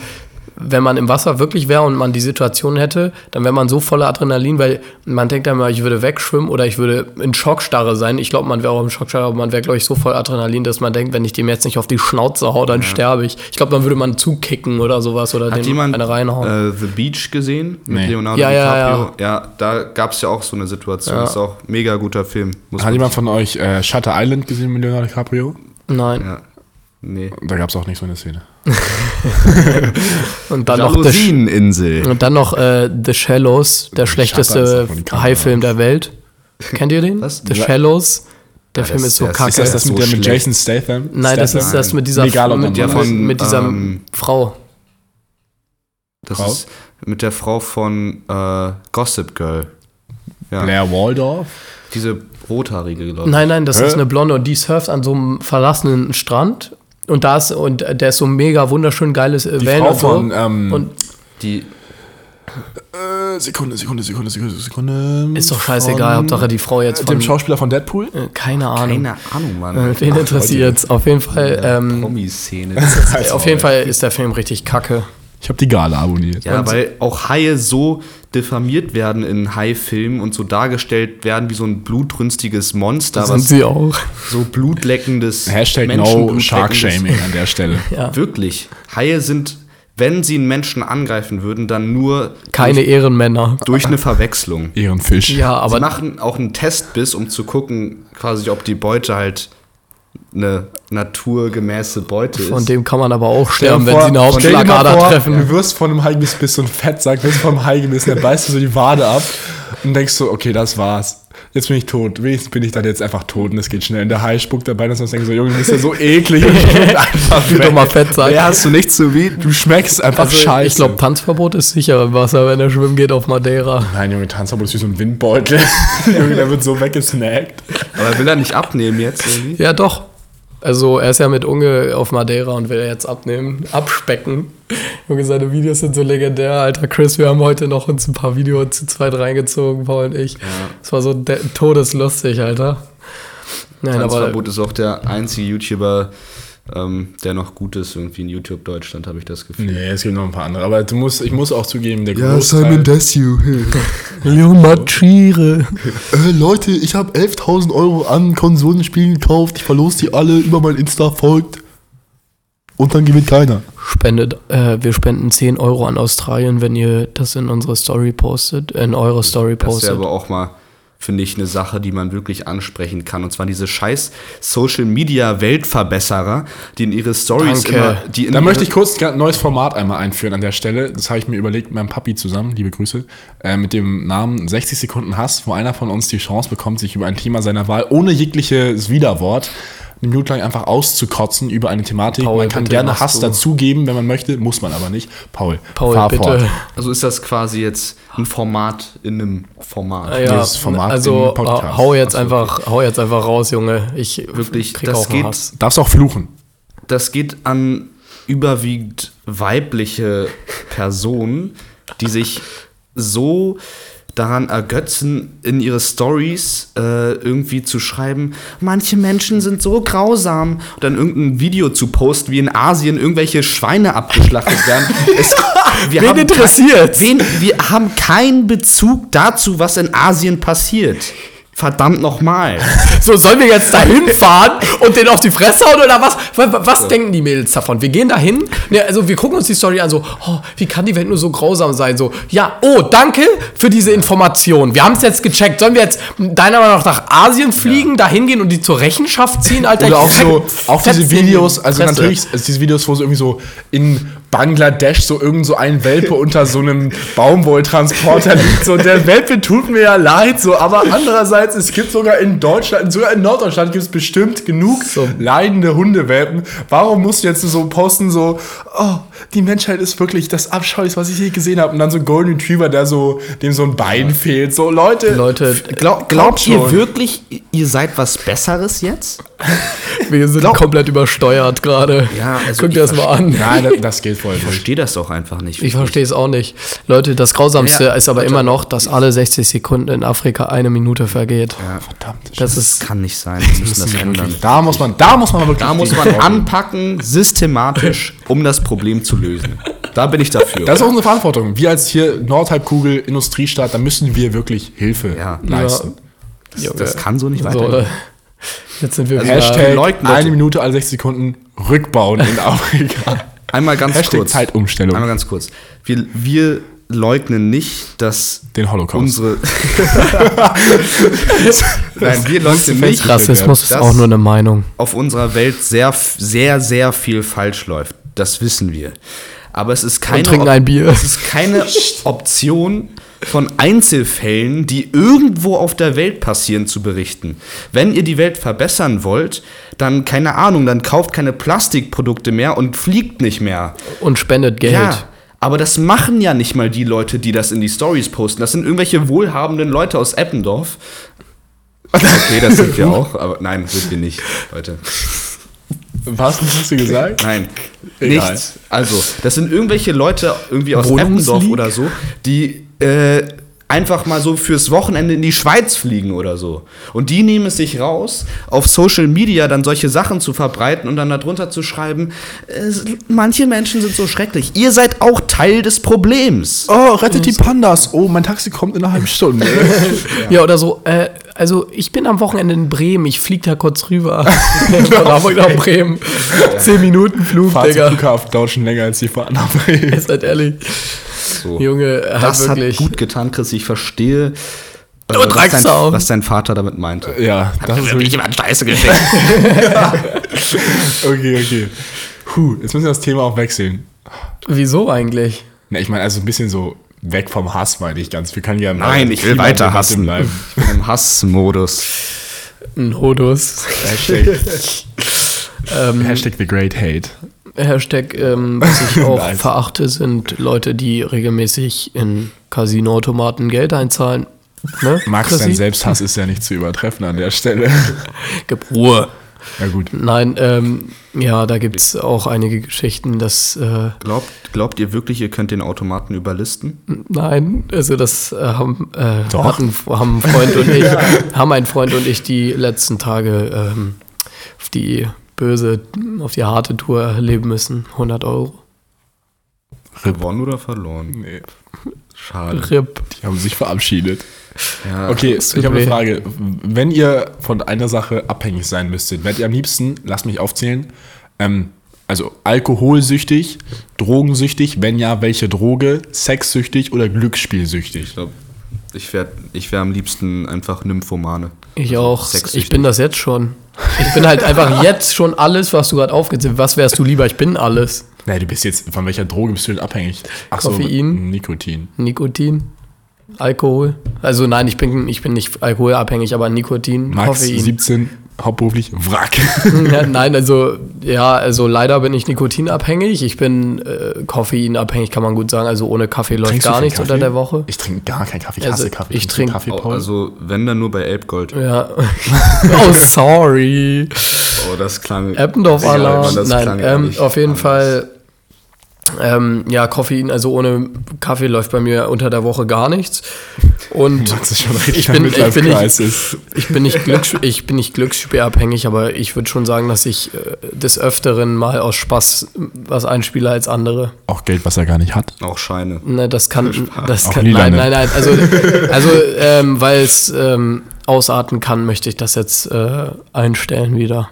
S2: wenn man im Wasser wirklich wäre und man die Situation hätte, dann wäre man so voller Adrenalin, weil man denkt dann mal, ich würde wegschwimmen oder ich würde in Schockstarre sein. Ich glaube, man wäre auch im Schockstarre, aber man wäre, glaube ich, so voll Adrenalin, dass man denkt, wenn ich dem jetzt nicht auf die Schnauze hau, dann sterbe ich. Ich glaube, dann würde man zukicken oder sowas oder
S3: Hat
S2: dem
S3: jemand
S2: eine reinhauen.
S3: äh, The Beach gesehen mit
S1: Nee.
S3: Leonardo
S2: Ja, ja,
S3: DiCaprio? Ja, da gab es ja auch so eine Situation.
S2: Ja.
S3: Ist auch ein mega guter Film. Muss
S1: Hat jemand von euch äh, Shutter Island gesehen mit Leonardo DiCaprio?
S2: Nein.
S3: Ja. Nee.
S1: Da gab es auch nicht so eine Szene.
S2: Und dann noch The,
S3: Jalousieninsel.
S2: und dann noch, äh, The Shallows, der
S1: Die Shutter
S2: schlechteste
S1: ist davon, die
S2: Haifilm der Welt. Kennt ihr den?
S3: Was?
S2: The Shallows. Der Film
S3: das-
S2: ist so
S3: das ist
S2: kacke.
S1: Ist das das
S3: so
S1: mit, der, mit
S3: schlecht.
S1: Jason Statham?
S2: Nein, das
S1: Statham?
S2: ist das mit dieser,
S1: Egal, ob man
S2: mit,
S1: weiß.
S2: mit, mit dieser
S3: Ähm,
S2: Frau.
S3: Das
S1: Frau?
S3: ist mit der Frau von äh, Gossip Girl. Ja.
S1: Blair Waldorf?
S3: Diese rothaarige, glaube ich.
S2: Nein, nein, das
S1: Hä?
S2: ist eine Blonde und die surft an so einem verlassenen Strand. Und da ist, und äh, der ist so mega wunderschön geiles äh,
S1: Die
S2: Wellen
S1: Frau
S2: und so.
S1: von, ähm,
S2: und
S3: Die,
S1: Äh, Sekunde, Sekunde, Sekunde, Sekunde, Sekunde.
S2: ist doch scheißegal, Hauptsache die Frau jetzt
S1: Äh,
S2: von.
S1: Dem Schauspieler von Deadpool?
S2: äh, keine Ahnung.
S3: keine Ahnung, Mann.
S2: Äh, Wen
S3: Ach,
S2: interessiert's? Auf jeden Fall,
S3: Leute,
S2: ähm,
S3: Promi-Szene. Das ist-
S2: auf jeden Fall ist der Film richtig kacke.
S1: Ich habe die Gala abonniert.
S3: Ja, weil auch Haie so diffamiert werden in Hai-Filmen und so dargestellt werden wie so ein blutrünstiges Monster,
S2: Sind
S3: was
S2: sie auch.
S3: so blutleckendes
S1: Hashtag no
S3: Menschenblut
S1: Shark
S3: leckendes-
S1: Shaming an der Stelle.
S2: Ja.
S3: Wirklich. Haie sind, wenn sie einen Menschen angreifen würden, dann nur
S2: Keine Ehrenmänner.
S3: durch eine Verwechslung.
S1: Ehrenfisch.
S2: Ja,
S3: sie
S2: aber
S3: machen auch einen Testbiss, um zu gucken, quasi, ob die Beute halt eine naturgemäße Beute
S2: von
S3: ist.
S2: dem kann man aber auch
S1: Stell dir
S2: sterben, Ähm, wenn
S1: vor-
S2: sie eine
S1: stell dir mal
S2: Hauptschlagader
S1: vor,
S2: treffen.
S1: Du wirst von einem Hai gebissen, bist so ein Fettsack, wirst von einem Hai gebissen, dann beißt du so die Wade ab und denkst so, okay, das war's. Jetzt bin ich tot. Wenigstens bin ich dann jetzt einfach tot und es geht schnell. Und der Hai spuckt dabei und sonst denkst du so, Junge, du bist ja so eklig. Und spuckt einfach
S2: Du
S1: weg.
S2: doch mal fett sein.
S3: Ja, hast du nichts zu bieten?
S1: Du schmeckst einfach
S2: Also,
S1: scheiße.
S2: ich glaube, Tanzverbot ist sicher im Wasser, wenn er schwimmen geht auf Madeira.
S1: Nein, Junge, Tanzverbot ist wie so ein Windbeutel. Junge, der wird so weggesnackt.
S3: Aber will er nicht abnehmen jetzt irgendwie?
S2: Ja, doch. Also er ist ja mit Unge auf Madeira und will jetzt abnehmen, abspecken. Junge, seine Videos sind so legendär, Alter. Chris, wir haben heute noch uns ein paar Videos zu zweit reingezogen, Paul und ich. Es war so de- todeslustig, Alter. Nein, aber
S3: Tanzverbot ist auch der einzige YouTuber, ähm, der noch gut ist irgendwie in YouTube Deutschland, habe ich das Gefühl.
S1: Nee, es gibt noch ein paar andere. Aber du musst, ich muss auch zugeben, der
S4: Desio.
S2: Leon Machire.
S4: äh, Leute, ich habe 11.000 Euro an Konsolenspielen gekauft. Ich verlose die alle über mein Insta, folgt. Und dann gewinnt keiner.
S2: Spendet, äh, wir spenden 10 Euro an Australien, wenn ihr das in unsere Story postet, in eure Story
S3: Das wäre
S2: postet.
S3: aber auch mal, finde ich, eine Sache, die man wirklich ansprechen kann. Und zwar diese scheiß Social Media Weltverbesserer, die in ihre Stories
S2: Danke.
S3: immer. Die in
S1: Da
S3: ihre-
S1: möchte ich kurz ein neues Format einmal einführen an der Stelle. Das habe ich mir überlegt mit meinem Papi zusammen, liebe Grüße, äh, mit dem Namen 60 Sekunden Hass, wo einer von uns die Chance bekommt, sich über ein Thema seiner Wahl ohne jegliches Widerwort eine Minute lang einfach auszukotzen über eine Thematik.
S2: Paul,
S1: man kann
S2: bitte
S1: gerne
S2: machst
S1: Hass
S2: du.
S1: dazugeben, wenn man möchte, muss man aber nicht. Paul,
S2: Paul, bitte.
S3: Also ist das quasi jetzt ein Format in einem Format.
S2: Ja,
S1: Dieses Format
S2: also
S1: im Podcast.
S2: hau jetzt einfach, hau jetzt einfach raus, Junge. Ich
S3: Wirklich,
S2: krieg
S3: das
S2: auch
S3: geht-
S2: geht Hass.
S1: Darfst auch fluchen.
S3: Das geht an überwiegend weibliche Personen, die sich so daran ergötzen, in ihre Stories äh, irgendwie zu schreiben, manche Menschen sind so grausam. Und dann irgendein Video zu posten, wie in Asien irgendwelche Schweine abgeschlachtet werden. Es, wir
S2: Wen
S3: haben kein-
S2: interessiert's?
S3: Wen, wir haben keinen Bezug dazu, was in Asien passiert. Verdammt nochmal.
S2: So, sollen wir jetzt da hinfahren und den auf die Fresse hauen oder was? Wa- wa- Was denken die Mädels davon? Wir gehen da hin, ne, also wir gucken uns die Story an, so, oh, wie kann die Welt nur so grausam sein? So, ja, oh, danke für diese Information. Wir haben es jetzt gecheckt. Sollen wir jetzt deiner Meinung nach nach Asien fliegen, da hingehen und die zur Rechenschaft ziehen, Alter?
S1: Oder
S2: Ich
S1: auch so,
S2: fett-
S1: auch diese
S2: fetz in die
S1: Videos, also
S2: Fresse.
S1: natürlich, also diese Videos, wo so irgendwie so in Bangladesch so irgend so ein Welpe unter so einem Baumwolltransporter liegt. So, der Welpe tut mir ja leid, so, aber andererseits, es gibt sogar in Deutschland, sogar in Norddeutschland gibt es bestimmt genug leidende Hundewelpen. Warum musst du jetzt so posten, so, oh, die Menschheit ist wirklich das Abscheulichste, was ich je gesehen habe. Und dann so ein Golden Retriever, der so, dem so ein Bein fehlt. So, Leute,
S2: Leute,
S1: Glaubt
S3: Glaub, glaubt ihr
S1: schon.
S3: wirklich, ihr seid was Besseres jetzt?
S2: wir sind komplett übersteuert gerade.
S3: Ja, also
S2: Guck dir
S3: ich
S2: das mal an.
S1: nein, das, das geht voll.
S3: Ich verstehe das auch einfach nicht.
S2: Ich verstehe es auch nicht. Leute, das Grausamste
S3: Ja, ja,
S2: ist aber
S3: Leute.
S2: immer noch, dass alle 60 Sekunden in Afrika eine Minute vergeht.
S1: Verdammt.
S2: Das ist
S3: kann nicht sein. Wir müssen das ändern.
S1: Da muss man, da muss man wirklich.
S3: Da muss man anpacken, systematisch, um das Problem zu lösen. Da bin ich dafür.
S1: Das ist auch unsere Verantwortung. Wir als hier Nordhalbkugel, Industriestaat, da müssen wir wirklich Hilfe
S3: Ja.
S1: leisten.
S3: das,
S2: Ja,
S3: das
S2: ja.
S3: kann so nicht
S2: So,
S3: weitergehen.
S2: äh, jetzt sind wir
S3: Also
S2: wieder.
S1: Hashtag
S3: wir leugnen das.
S1: eine Minute alle 60 Sekunden rückbauen in Afrika.
S3: Einmal ganz
S1: Hashtag
S3: kurz.
S1: Zeitumstellung.
S3: Einmal ganz kurz. Wir, wir leugnen nicht, dass
S1: Den Holocaust.
S3: unsere. Nein, wir leugnen
S1: fest-
S3: nicht,
S2: Rassismus ist
S3: Das-
S2: auch nur eine Meinung.
S3: auf unserer Welt sehr, sehr, sehr viel falsch läuft. Das wissen wir. Aber es ist keine,
S2: trinken ein Bier.
S3: Es ist keine Option von Einzelfällen, die irgendwo auf der Welt passieren, zu berichten. Wenn ihr die Welt verbessern wollt, dann keine Ahnung, dann kauft keine Plastikprodukte mehr und fliegt nicht mehr.
S2: Und spendet Geld.
S3: Ja, aber das machen ja nicht mal die Leute, die das in die Stories posten. Das sind irgendwelche wohlhabenden Leute aus Eppendorf. Okay, das sind wir auch, aber nein, sind wir nicht, Leute.
S1: Was hast du gesagt?
S3: Nein,
S1: Egal.
S3: nichts. Also, das sind irgendwelche Leute irgendwie aus
S1: Wohnungsleak?
S3: Eppendorf oder so, die äh, einfach mal so fürs Wochenende in die Schweiz fliegen oder so. Und die nehmen es sich raus, auf Social Media dann solche Sachen zu verbreiten und dann darunter zu schreiben, äh, manche Menschen sind so schrecklich. Ihr seid auch Teil des Problems.
S1: Oh, rettet die Pandas. Oh, mein Taxi kommt in einer halben Stunde.
S2: Ja, oder so. Äh, also, ich bin am Wochenende in Bremen. Ich flieg da kurz rüber. Von Hamburg nach Bremen. Zehn Minuten Flug,
S1: Fahrt zum
S2: Digga.
S1: Flughafen dauert schon länger als die Fahrt nach Bremen.
S2: Ist halt ehrlich.
S3: So.
S2: Junge, halt
S3: Das hat
S2: wirklich.
S3: gut getan, Chris. Ich verstehe, äh,
S2: Und
S3: was, dein,
S2: reichst du auch.
S3: was dein Vater damit meinte.
S1: Ja, das ist wirklich.
S3: jemand Scheiße geschickt.
S1: Okay, okay. Puh, jetzt müssen wir das Thema auch wechseln.
S2: Wieso eigentlich?
S1: Na, ich meine, also ein bisschen so weg vom Hass, meine ich ganz. Wir können ja mal
S3: Nein, ich will weiter
S1: Klimadebatte
S3: hassen.
S1: bleiben.
S3: Ich bin Im Hassmodus.
S2: Ein Hodus.
S1: Hashtag,
S2: Ähm,
S1: Hashtag The Great Hate.
S2: Hashtag, ähm, was ich auch
S1: Nice.
S2: verachte, sind Leute, die regelmäßig in Casino-Automaten Geld einzahlen. Ne?
S1: Max,
S2: Chrissy?
S1: dein Selbsthass ist ja nicht zu übertreffen an der Stelle.
S2: Gib Ruhe.
S1: Na gut.
S2: Nein, ähm, ja, da gibt es auch einige Geschichten, dass, äh,
S3: Glaubt, glaubt ihr wirklich, ihr könnt den Automaten überlisten?
S2: nein, also das äh, haben, äh,
S1: Doch.
S2: hatten, haben ein Freund und ich, haben ein Freund und ich die letzten Tage ähm, auf die böse, auf die harte Tour erleben müssen. 100 Euro.
S3: Gewonnen oder verloren?
S1: Nee,
S3: Schade.
S2: RIP.
S1: die haben sich verabschiedet.
S3: Ja.
S1: Okay,
S2: es
S1: ich
S2: tut
S1: habe eine
S2: weh.
S1: Frage. Wenn ihr von einer Sache abhängig sein müsstet, wärt ihr am liebsten, lasst mich aufzählen, ähm, also alkoholsüchtig, drogensüchtig, wenn ja, welche Droge, sexsüchtig oder
S3: Ich
S1: glücksspielsüchtig?
S3: glaube, ich wäre ich wär am liebsten einfach Nymphomane.
S2: Ich auch.
S3: sexsüchtig.
S2: Ich bin das jetzt schon. Ich bin halt einfach jetzt schon alles, was du gerade aufgezählt hast. Was wärst du lieber? Ich bin alles.
S1: Nee, du bist jetzt, von welcher Droge bist du denn abhängig? Ach
S2: Koffein.
S1: Nikotin.
S2: Nikotin, Alkohol. Also nein, ich bin, ich bin nicht alkoholabhängig, aber Nikotin,
S1: Max,
S2: Koffein.
S1: 17, hauptberuflich Wrack.
S2: Ja, nein, also ja, also leider bin ich nikotinabhängig. Ich bin äh, koffeinabhängig, kann man gut sagen. Also ohne Kaffee läuft
S1: Trinkst du
S2: gar
S1: viel
S2: nichts
S1: Kaffee?
S2: unter der Woche.
S1: Ich trinke gar keinen Kaffee, ich
S2: Also,
S1: hasse Kaffee.
S2: ich
S1: Trinkst du
S2: trinke-
S1: Kaffee, Paul.
S3: Also, wenn dann nur bei Elbgold.
S2: ja. oh, sorry.
S3: Oh, das klang.
S2: Eppendorf
S3: Egal,
S2: Alarm.
S3: Mann, das
S2: Nein,
S3: klang
S2: ähm,
S3: ehrlich
S2: auf jeden
S3: anders.
S2: Fall. Ähm, ja, Koffein, also ohne Kaffee läuft bei mir unter der Woche gar nichts. Und
S1: das ist schon richtig
S2: ich bin,
S1: ein
S2: ich bin nicht,
S1: Midlife-Crisis.
S2: ich bin nicht, Glücks ich bin nicht glücksspielabhängig, aber ich würde schon sagen, dass ich äh, des Öfteren mal aus Spaß was einspiele als andere.
S1: Auch Geld, was er gar nicht hat.
S3: Auch Scheine.
S2: Ne, das kann, das
S1: Auch
S2: kann, nein,
S1: Lilane.
S2: nein, nein, also, also ähm, weil es ähm, ausarten kann, möchte ich das jetzt äh, einstellen wieder.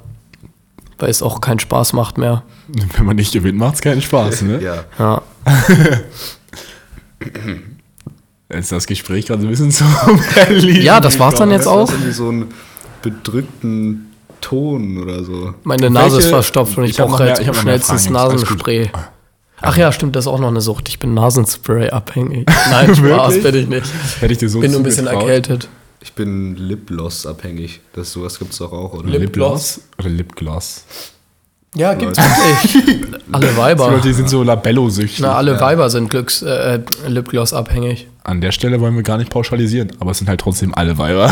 S2: Weil es auch keinen Spaß macht mehr.
S1: Wenn man nicht gewinnt, macht es keinen Spaß, ne?
S3: Ja.
S2: Ja.
S1: Ist das Gespräch gerade so ein bisschen zu Berlin?
S2: Ja, das war's dann jetzt
S3: Das hat
S2: auch.
S3: irgendwie so einen bedrückten Ton oder so.
S2: Meine Nase ist
S1: Welche-
S2: verstopft und ich,
S1: Ich hab noch
S2: brauche
S1: mehr-
S2: jetzt
S1: ich hab noch mehr
S2: schnellstens
S1: Fragen jetzt. Alles gut.
S2: Nasenspray. Ach ja, stimmt, das ist auch noch eine Sucht. Ich bin Nasenspray abhängig. Nein,
S1: Wirklich?
S2: Spaß bin ich nicht.
S1: Hätte ich dir so
S2: bin nur ein bisschen erkältet.
S3: Ich bin Lipgloss abhängig. Das sowas gibt's doch auch, oder?
S2: Lip-
S1: Lipgloss oder Lipgloss?
S2: Ja, gibt's wirklich. alle
S1: Die
S2: Weiber.
S1: Leute die sind so labellosüchtig.
S2: Na, alle Weiber sind Glücks äh, äh, Lipgloss abhängig.
S1: An der Stelle wollen wir gar nicht pauschalisieren, aber es sind halt trotzdem alle Weiber.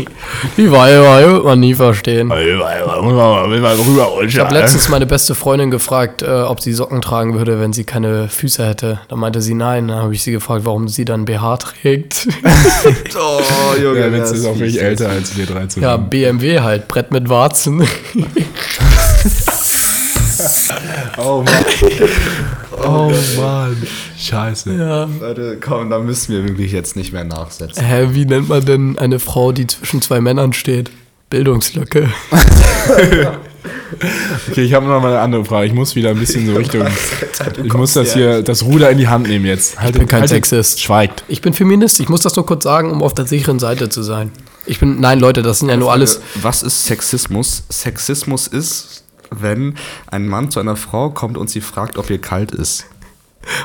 S2: Die Weiber wird man nie verstehen.
S1: Alle Weiber, muss man mal- will mal rüber
S2: Ich habe letztens meine beste Freundin gefragt, äh, ob sie Socken tragen würde, wenn sie keine Füße hätte. Da meinte sie nein. Dann habe ich sie gefragt, warum sie dann BH trägt.
S3: Oh, Junge.
S1: Der Witz
S3: das
S1: ist auch
S3: fies.
S1: wirklich älter als wir drei zusammen.
S2: Ja, BMW halt, Brett mit Warzen.
S1: Oh Mann.
S2: Oh Mann.
S1: Scheiße.
S2: Ja.
S3: Leute, komm, da müssen wir wirklich jetzt nicht mehr nachsetzen.
S2: Hä, wie nennt man denn eine Frau, die zwischen zwei Männern steht? Bildungslücke.
S1: Okay, ich habe noch mal eine andere Frage. Ich muss wieder ein bisschen so Richtung. Ich muss das hier, das Ruder in die Hand nehmen jetzt. Haltet,
S2: bin kein Sexist.
S1: Schweigt.
S2: Ich bin Feminist, ich muss das nur kurz sagen, um auf der sicheren Seite zu sein. Ich bin, nein Leute, das sind ja nur alles,
S3: Was ist Sexismus? Sexismus ist, wenn ein Mann zu einer Frau kommt und sie fragt, ob ihr kalt ist.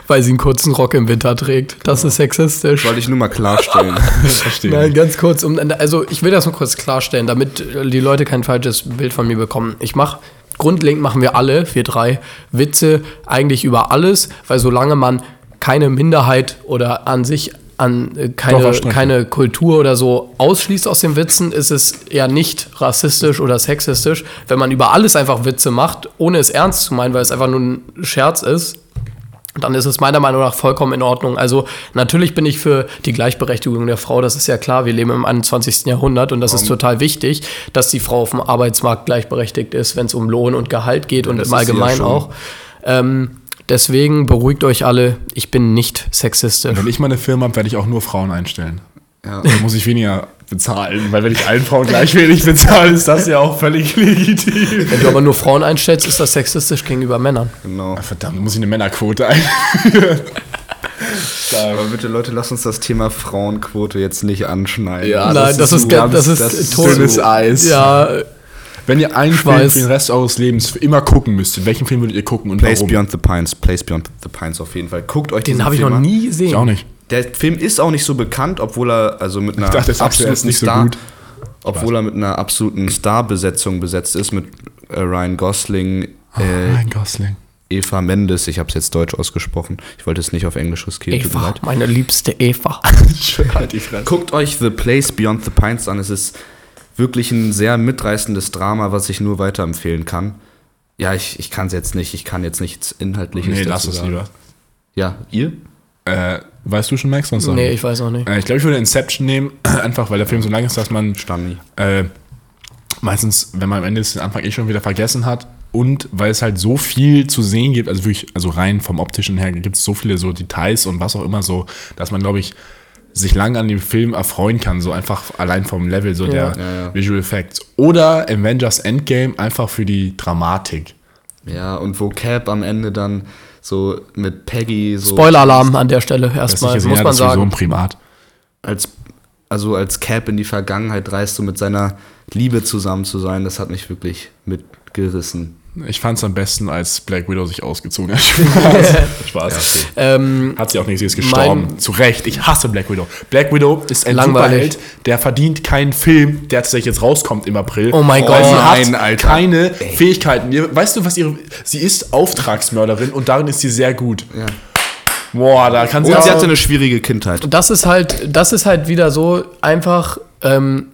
S2: weil sie einen kurzen Rock im Winter trägt. Das ist sexistisch.
S3: Wollte ich nur mal klarstellen.
S1: Verstehe.
S2: Nein, ganz kurz. Um, also ich will das nur kurz klarstellen, damit äh, die Leute kein falsches Bild von mir bekommen. Ich mache, grundlegend machen wir alle, wir drei, Witze eigentlich über alles, weil solange man keine Minderheit oder an sich an äh, keine,
S1: auf Strecke.
S2: keine Kultur oder so ausschließt aus den Witzen, ist es ja nicht rassistisch oder sexistisch. Wenn man über alles einfach Witze macht, ohne es ernst zu meinen, weil es einfach nur ein Scherz ist, dann ist es meiner Meinung nach vollkommen in Ordnung. Also natürlich bin ich für die Gleichberechtigung der Frau, das ist ja klar, wir leben im 21. Jahrhundert und das ist total wichtig, dass die Frau auf dem Arbeitsmarkt gleichberechtigt ist, wenn es um Lohn und Gehalt geht und
S3: das
S2: im
S3: ist sie ja
S2: Allgemeinen
S3: schon.
S2: auch. Ähm, deswegen beruhigt euch alle, ich bin nicht sexistisch.
S1: Wenn ich meine Firma habe, werde ich auch nur Frauen einstellen.
S3: Ja.
S1: Da muss ich weniger bezahlen, weil wenn ich allen Frauen gleich wenig bezahle, ist das ja auch völlig legitim.
S2: Wenn du aber nur Frauen einstellst, ist das sexistisch gegenüber Männern.
S3: genau.
S1: Ah, Verdammt, muss ich eine Männerquote ein.
S3: Aber bitte, Leute, lasst uns das Thema Frauenquote jetzt nicht anschneiden.
S1: Ja, Ah,
S2: Nein, das, ist,
S3: ganz-
S2: ganz, das ist,
S3: das ist
S2: tot-
S1: dünnes Eis.
S2: Ja,
S1: Wenn ihr einen Film
S2: weiß.
S1: für den Rest eures Lebens für immer gucken müsstet, welchen Film würdet ihr gucken und
S3: Place
S1: warum?
S3: Beyond the Pines, Place Beyond the Pines auf jeden Fall. Guckt euch
S2: den
S3: diesen
S2: habe ich
S3: Film
S2: noch
S3: an.
S2: nie
S1: Ich
S2: gesehen.
S1: auch nicht.
S3: Der Film ist auch nicht so bekannt, obwohl er also mit einer
S1: dachte, das sagst du erst
S3: absoluten
S1: nicht so
S3: Star,
S1: gut.
S3: obwohl er mit einer absoluten Starbesetzung besetzt ist mit äh, Ryan Gosling, äh,
S1: Ryan Gosling.
S3: Eva Mendes. Ich habe es jetzt deutsch ausgesprochen. Ich wollte es nicht auf Englisch riskieren. tut mir
S2: Eva,
S3: leid.
S2: meine liebste Eva.
S1: halt die Fresse.
S3: Guckt euch The Place Beyond the Pines an. Es ist wirklich ein sehr mitreißendes Drama, was ich nur weiterempfehlen kann. Ja, ich, ich kann es jetzt nicht. Ich kann jetzt nichts Inhaltliches
S1: Nee,
S3: dazu
S1: lass es
S3: sagen.
S1: lieber.
S3: Ja, ihr?
S1: Äh, weißt du schon, Max? Sonst sag
S2: Nee,
S1: ich.
S2: ich weiß noch
S3: Also,
S2: nicht.
S1: Äh, Ich glaube, ich würde Inception nehmen, einfach weil der Film so lang ist, dass man
S3: Stani.
S1: äh, meistens, wenn man am Ende ist, den Anfang eh schon wieder vergessen hat. Und weil es halt so viel zu sehen gibt, also wirklich, also rein vom optischen her gibt es so viele so Details und was auch immer so, dass man, glaube ich, sich lang an dem Film erfreuen kann, so einfach allein vom Level, so der
S3: Ja, ja.
S1: Visual Effects. Oder Avengers Endgame einfach für die Dramatik.
S3: Ja, und wo Cap am Ende dann so mit Peggy so
S2: Spoiler-Alarm an der Stelle
S1: Was ich
S2: erstmal,
S3: also
S1: gesehen
S2: muss
S1: habe,
S2: man
S1: ist sowieso
S2: sagen.
S1: ein Primat.
S3: als also als Cap in die Vergangenheit reist, so mit seiner Liebe zusammen zu sein, das hat mich wirklich mitgerissen.
S1: Ich fand es am besten, als Black Widow sich ausgezogen hat. Spaß. Spaß.
S2: Ähm,
S1: Hat sie auch nicht, sie ist gestorben.
S2: Mein-
S1: Zu Recht. Ich hasse Black Widow. Black Widow ist ein
S2: Langweilig.
S1: Superheld, der verdient keinen Film, der tatsächlich jetzt rauskommt im April.
S2: Oh mein
S1: Weil
S2: Gott.
S1: sie
S3: Nein,
S1: hat
S3: Alter.
S1: keine Fähigkeiten. Ihr- Weißt du, was ihre. Sie ist Auftragsmörderin und darin ist sie sehr gut. Boah, da kann sie.
S3: Und
S1: aber-
S3: sie hatte eine schwierige Kindheit.
S2: das ist halt, das ist halt wieder so einfach, ähm,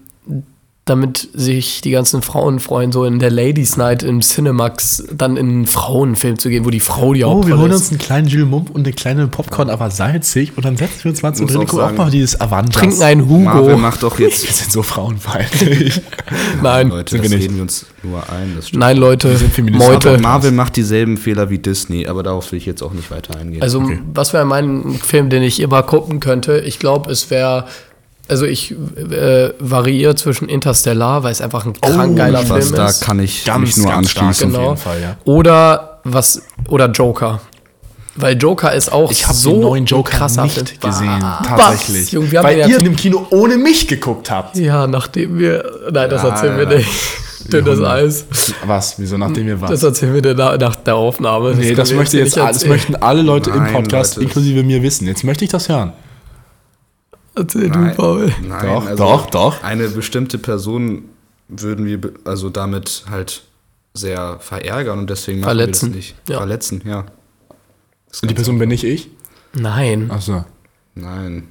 S2: damit sich die ganzen Frauen freuen, so in der Ladies Night im Cinemax dann in einen Frauenfilm zu gehen, wo die Frau die
S1: Oh, wir
S2: Hauptrolle
S1: holen
S2: ist.
S1: uns einen kleinen Jules Mump und eine kleine Popcorn, aber salzig. Und dann setzen wir uns mal zum
S3: Muss
S1: dritten
S3: auch
S1: gucken, auch
S3: sagen,
S1: mal dieses Avantas.
S2: Trinken einen
S3: Marvel
S2: Hugo.
S3: macht doch jetzt.
S1: Wir sind so frauenfeindlich.
S2: Nein,
S3: Leute,
S1: Sind
S3: das
S1: wir nicht.
S3: reden wir uns nur ein. Das stimmt.
S2: nein, Leute,
S1: sind Feministen.
S2: Meute.
S1: Aber
S3: Marvel macht dieselben Fehler wie Disney, aber darauf will ich jetzt auch nicht weiter eingehen.
S2: Also, was wäre mein Film, den ich immer gucken könnte? Ich glaube, es wäre. Also, ich äh, variiere zwischen Interstellar, weil es einfach ein krank geiler
S3: was
S2: Film
S3: Oh, da
S2: ist.
S3: kann ich
S1: Ganz,
S3: mich nur
S1: ganz stark.
S3: anschließen.
S1: Genau.
S2: genau.
S1: jeden Fall, ja.
S2: Oder was oder Joker. Weil Joker ist auch
S1: Ich habe
S2: so
S1: den neuen Joker
S2: ein krasser
S1: nicht
S2: Film.
S1: gesehen,
S2: Was?
S1: tatsächlich.
S2: Junge, wir haben
S1: Weil
S2: den ja
S1: ihr in dem Kino ohne mich geguckt habt.
S2: ja, nachdem wir nein, das
S3: Ja,
S2: erzählen
S3: ja,
S2: wir
S3: ja.
S2: nicht. Dünnes
S1: Junge.
S2: Eis.
S1: Was? Wieso, nachdem wir waren?
S2: Das erzählen wir dir nach, nach der Aufnahme.
S1: nee,
S2: können
S1: das,
S2: wir
S1: möchte
S2: hier
S1: jetzt
S2: nicht
S1: alles, das
S2: erzählen.
S1: möchten alle Leute im
S3: Nein,
S1: Podcast,
S3: Leute.
S1: inklusive mir, wissen. Jetzt möchte ich das hören.
S2: Erzähl du,
S3: Nein,
S2: Paul.
S3: nein, also
S1: Doch, doch, doch.
S3: Eine bestimmte Person würden wir be- also damit halt sehr verärgern und deswegen machen
S2: Verletzen,
S3: wir das nicht.
S2: ja.
S3: Verletzen, ja. Das
S1: Und die
S3: Ganze-
S1: Person bin nicht ich?
S2: Nein,
S1: Achso.
S3: Nein.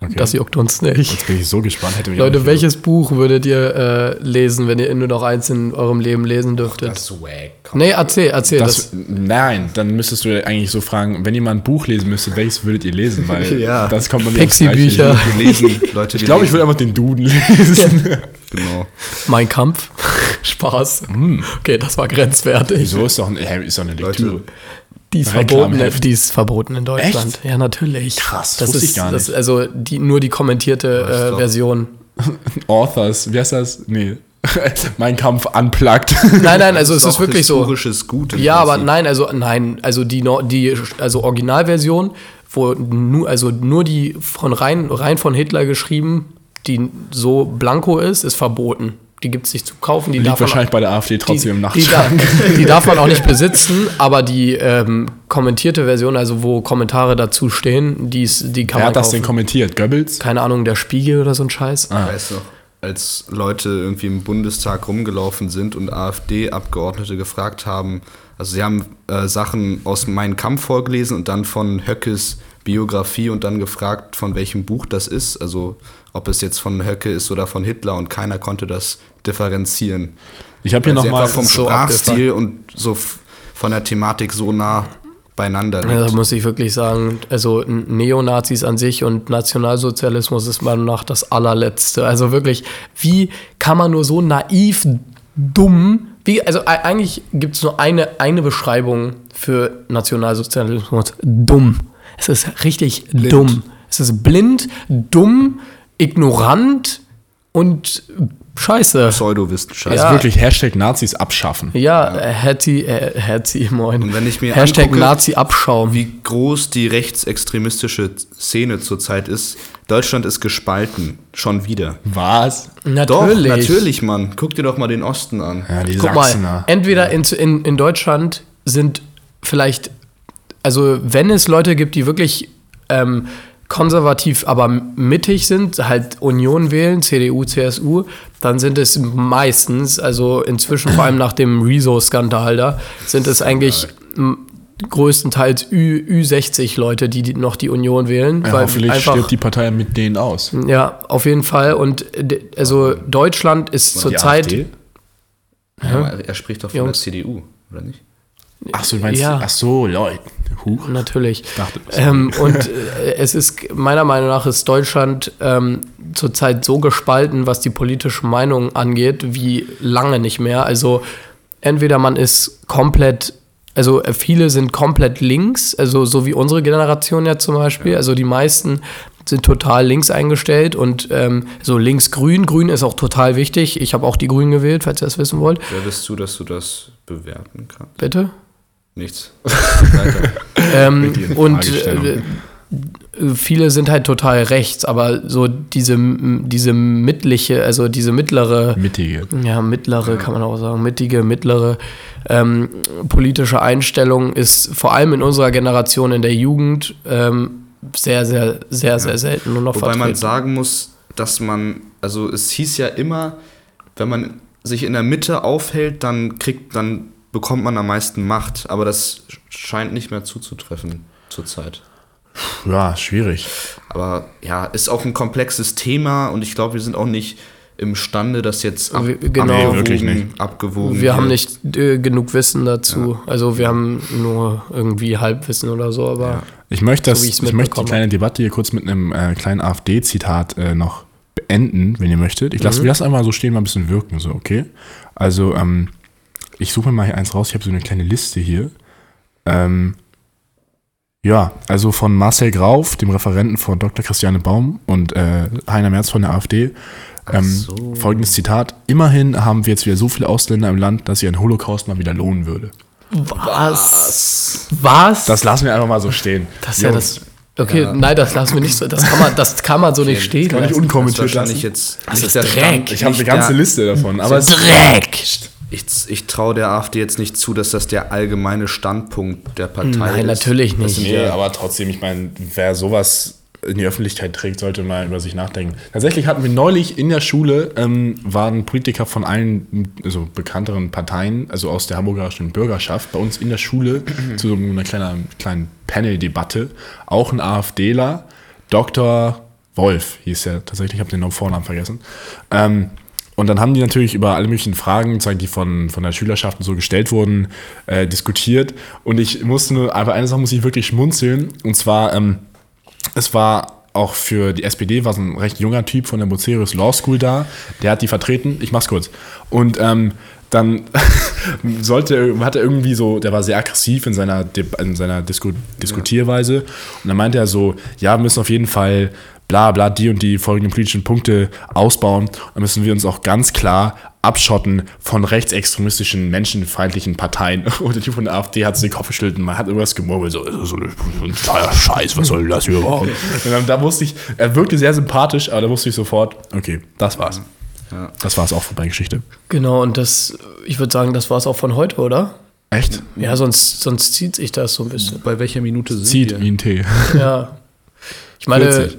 S1: Okay.
S2: das juckt uns nicht.
S1: Jetzt bin ich so gespannt. Hätte mich auch
S2: Leute,
S1: nicht
S2: welches Buch würdet ihr äh, lesen, wenn ihr nur noch eins in eurem Leben lesen dürftet?
S3: Das ist wack. Komm.
S2: nee, erzähl, erzähl.
S1: Das,
S2: Das,
S1: nein, dann müsstest du eigentlich so fragen, wenn ihr mal ein Buch lesen müsstet, welches würdet ihr lesen? Weil
S3: Ja.
S1: das kommt bei mir aufs Gleiche.
S2: Pixie-Bücher,
S3: Wir lesen, Leute,
S1: Ich glaube, ich würde einfach den Duden lesen.
S2: Also
S3: Genau.
S2: Mein Kampf,
S1: Hm.
S2: Spaß. Okay, das war grenzwertig.
S1: Wieso ist doch, ein, hä, ist doch eine Lektüre?
S3: Leute,
S2: Die ist
S1: Reklame
S2: verboten,
S1: helfen.
S2: die ist verboten in Deutschland. Ja, natürlich.
S1: Krass,
S2: das
S1: wusste
S2: ist
S1: ich gar
S2: Das,
S1: nicht.
S2: also die, nur die kommentierte
S3: ich
S2: äh,
S3: glaub-
S2: Version.
S1: Authors, wie heißt das? Nee. mein Kampf unplugged.
S2: Nein, nein, also es ist
S3: auch
S2: wirklich so.
S3: historisches Gut. im
S2: Ja, aber
S3: Prinzip.
S2: nein, also nein, also die Nor- die also Originalversion, wo nur also nur die von rein rein von Hitler geschrieben, die so blanko ist, ist verboten. Die gibt es nicht zu kaufen, die
S1: Liegt
S2: darf man
S1: wahrscheinlich bei der AfD
S2: die,
S1: trotzdem im
S2: die,
S1: Nachtschrank.
S2: darf, die darf man auch nicht besitzen, aber die ähm, kommentierte Version, also wo Kommentare dazu stehen, die, ist, die kann
S1: Wer
S2: man
S1: hat das denn
S2: kaufen.
S1: kommentiert? Goebbels?
S2: Keine Ahnung, der Spiegel oder so ein Scheiß.
S3: Ich weiß noch, als Leute irgendwie im Bundestag rumgelaufen sind und AfD-Abgeordnete gefragt haben, also sie haben äh, Sachen aus meinem Kampf vorgelesen und dann von Höckes Biografie und dann gefragt, von welchem Buch das ist, also ob es jetzt von Höcke ist oder von Hitler und keiner konnte das differenzieren.
S1: Ich
S2: Also
S1: habe hier
S3: Weil sie
S1: nochmal
S3: einfach vom
S2: so
S3: Sprachstil und so f- von der Thematik so nah beieinander liegt.
S2: Ja, da muss ich wirklich sagen, also n- Neonazis an sich und Nationalsozialismus ist meiner Meinung nach das allerletzte. Also wirklich, wie kann man nur so naiv dumm, wie, also e- eigentlich gibt es nur eine, eine Beschreibung für Nationalsozialismus, dumm. Es ist richtig dumm. Es ist blind, dumm, ignorant und scheiße.
S3: Pseudowissenschaft.
S1: Also
S2: Ja.
S1: wirklich Hashtag Nazis abschaffen.
S2: Ja, äh, Hattie, äh, Hattie, moin.
S3: Und wenn ich mir
S2: Hashtag
S3: angucke,
S2: Nazi-Abschaum.
S3: wie groß die rechtsextremistische Szene zurzeit ist. Deutschland ist gespalten, schon wieder.
S1: Was?
S2: Natürlich.
S3: Doch, natürlich, Mann. Guck dir doch mal den Osten an.
S1: Ja, die
S2: Guck mal,
S1: Sachsener.
S2: entweder in, in, in Deutschland sind vielleicht, also wenn es Leute gibt, die wirklich ähm, konservativ, aber mittig sind, halt Union wählen, CDU, CSU, dann sind es meistens, also inzwischen vor allem nach dem Rezo-Skandal da, sind es eigentlich m, größtenteils Ü, Ü60 Leute, die, die noch die Union wählen.
S1: Ja,
S2: weil
S1: hoffentlich
S2: einfach,
S1: stirbt die Partei mit denen aus.
S2: Ja, auf jeden Fall. Und de- also Deutschland ist
S1: Die
S2: zurzeit.
S1: AfD?
S3: Ja, aber er spricht doch von
S2: Jungs.
S3: der CDU, oder nicht?
S1: Ach so, du meinst,
S2: Ja.
S1: ach so, Leute. Huch.
S2: Natürlich.
S1: dachte, das
S2: ähm, und äh, es ist, meiner Meinung nach, ist Deutschland ähm, zurzeit so gespalten, was die politische Meinung angeht, wie lange nicht mehr. Also entweder man ist komplett, also äh, viele sind komplett links, also so wie unsere Generation ja zum Beispiel, also die meisten sind total links eingestellt und ähm, so links-grün. Grün ist auch total wichtig. Ich habe auch die Grünen gewählt, falls ihr das wissen wollt.
S3: Wer bist du, dass du das bewerten kannst?
S2: Bitte?
S3: Nichts. Weiter.
S2: Ähm,
S1: ihren
S2: und äh,
S1: Fragestellungen.
S2: viele sind halt total rechts, aber so diese, diese mittliche, also diese mittlere,
S1: Mittige.
S2: ja, mittlere kann man auch sagen, mittige, mittlere ähm, politische Einstellung ist vor allem in unserer Generation, in der Jugend, ähm, sehr, sehr, sehr, sehr selten nur noch
S3: Wobei man
S2: vertreten.
S3: sagen muss, dass man, also es hieß ja immer, wenn man sich in der Mitte aufhält, dann kriegt, dann bekommt man am meisten Macht. Aber das scheint nicht mehr zuzutreffen zurzeit.
S1: Ja, schwierig.
S3: Aber ja, ist auch ein komplexes Thema und ich glaube, wir sind auch nicht imstande, das jetzt
S2: Wir- genau. Nee,
S1: wirklich nicht.
S3: abgewogen.
S2: wir haben nicht äh, genug Wissen dazu. Also wir haben nur irgendwie Halbwissen oder so, aber
S1: Ich möchte, das,
S2: So wie ich's
S1: ich möchte die
S2: mitbekomme.
S1: kleine Debatte hier kurz mit einem äh, kleinen AfD-Zitat äh, noch beenden, wenn ihr möchtet. Ich lasse
S2: Mhm.
S1: wir lassen einfach so stehen, mal ein bisschen wirken, so, okay? Also, ähm, ich suche mir mal hier eins raus. Ich habe so eine kleine Liste hier. Ähm, ja, also von Marcel Grauf, dem Referenten von Dr. Christiane Baum und äh, Heiner Merz von der AfD. Ähm, Folgendes Zitat. Immerhin haben wir jetzt wieder so viele Ausländer im Land, dass sich ein Holocaust mal wieder lohnen würde.
S2: was? Was?
S1: Das lassen wir einfach mal so stehen.
S2: Das ist ja
S1: Jungs,
S2: das. Okay, nein, das lassen wir nicht so. Das kann man, das kann man so nicht stehen.
S1: kann ich
S2: lassen.
S3: Das ist
S1: unkommentiert lassen.
S3: wahrscheinlich jetzt
S2: Das
S3: nicht
S2: ist
S3: der
S2: Dreck.
S3: Stand-
S1: Ich habe eine
S3: nicht
S1: ganze
S3: der,
S1: Liste davon, aber es
S2: Dreck!
S3: Ich, ich traue der AfD jetzt nicht zu, dass das der allgemeine Standpunkt der Partei ist.
S2: Nein, natürlich nicht.
S1: Nee, aber trotzdem, ich meine, wer sowas in die Öffentlichkeit trägt, sollte mal über sich nachdenken. Tatsächlich hatten wir neulich in der Schule, ähm, waren Politiker von allen also bekannteren Parteien, also aus der hamburgerischen Bürgerschaft, bei uns in der Schule zu so einer kleinen, kleinen Panel-Debatte, auch ein AfDler, Dr. Wolf hieß er tatsächlich, ich habe den Namen- Vornamen vergessen. Ähm, und dann haben die natürlich über alle möglichen Fragen, sozusagen, die von, von der Schülerschaft und so gestellt wurden, äh, diskutiert. Und ich musste nur, aber eine Sache muss ich wirklich schmunzeln. Und zwar, ähm, es war auch für die SPD war so ein recht junger Typ von der Bucerius Law School da. Der hat die vertreten. Ich mach's kurz. Und ähm, dann sollte, hat er irgendwie so, der war sehr aggressiv in seiner, De- in seiner Disku Diskutierweise. Und dann meinte er so, ja, wir müssen auf jeden Fall bla bla die und die folgenden politischen Punkte ausbauen. Dann müssen wir uns auch ganz klar abschotten von rechtsextremistischen, menschenfeindlichen Parteien. Und der Typ von der AfD hat so den Kopf geschüttelt und man hat irgendwas gemurmelt, so, "Das ist so, eine- so ein totaler Scheiß, was soll denn das hier überhaupt? Und dann, da wusste ich, er wirkte sehr sympathisch, aber da wusste ich sofort, okay, das war's. Das war's auch von meiner Geschichte.
S2: Genau, und das, ich würde sagen, das war es auch von heute, oder?
S1: Echt?
S2: Ja, sonst, sonst zieht sich das so ein bisschen.
S5: Bei welcher Minute sind
S1: Zieht
S5: wir?
S1: wie ein Tee.
S2: Ja. Ich meine,
S1: 40.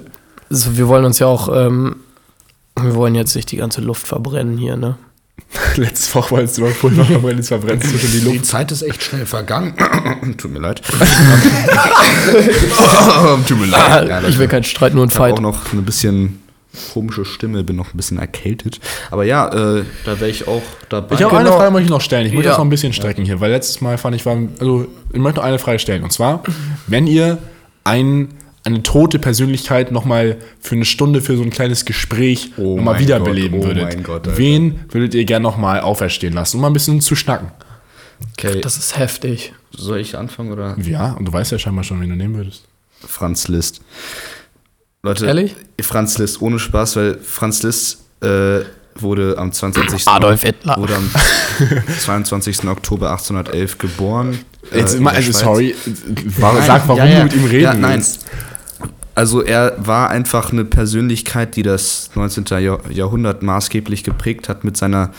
S2: also wir wollen uns ja auch, ähm, wir wollen jetzt nicht die ganze Luft verbrennen hier, ne?
S1: Letztes Woche wolltest du mal Pulver verbrennen, jetzt verbrennst du schon die
S5: Die
S1: Luft.
S5: Zeit ist echt schnell vergangen.
S3: Tut mir leid. Tut mir leid. Ja,
S2: ich will keinen Streit, nur einen
S3: Ich habe
S2: Fight.
S3: auch noch ein bisschen komische Stimme, bin noch ein bisschen erkältet. Aber ja, äh, da wäre ich auch dabei. Genau.
S1: Ich habe eine Frage möchte ich noch stellen. Ich möchte
S5: Ja.
S1: das noch ein bisschen strecken hier, weil letztes Mal fand ich, war, also ich möchte noch eine Frage stellen. Und zwar, wenn ihr ein, eine tote Persönlichkeit nochmal für eine Stunde für so ein kleines Gespräch
S3: Oh
S1: nochmal
S3: mein
S1: wiederbeleben
S3: Gott, oh
S1: würdet,
S3: mein Gott, Alter.
S1: wen würdet ihr gern nochmal auferstehen lassen, um mal ein bisschen zu schnacken?
S3: okay,
S2: Das ist heftig.
S3: soll ich anfangen oder?
S1: Ja, und du weißt ja scheinbar schon, wen du nehmen würdest.
S3: Franz Liszt. Leute,
S2: Ehrlich?
S3: Franz Liszt, ohne Spaß, weil Franz Liszt äh, wurde am 22.
S2: Adolf Hitler.
S3: Wurde am 22. Oktober 1811 geboren. äh,
S1: Jetzt
S3: in
S1: immer,
S3: der
S1: also
S3: Schweiz.
S1: sorry, äh, war, sag, warum
S3: Ja, ja.
S1: du mit ihm reden
S3: Ja, nein.
S1: willst.
S3: Also er war einfach eine Persönlichkeit, die das 19. Jahr- Jahrhundert maßgeblich geprägt hat mit seiner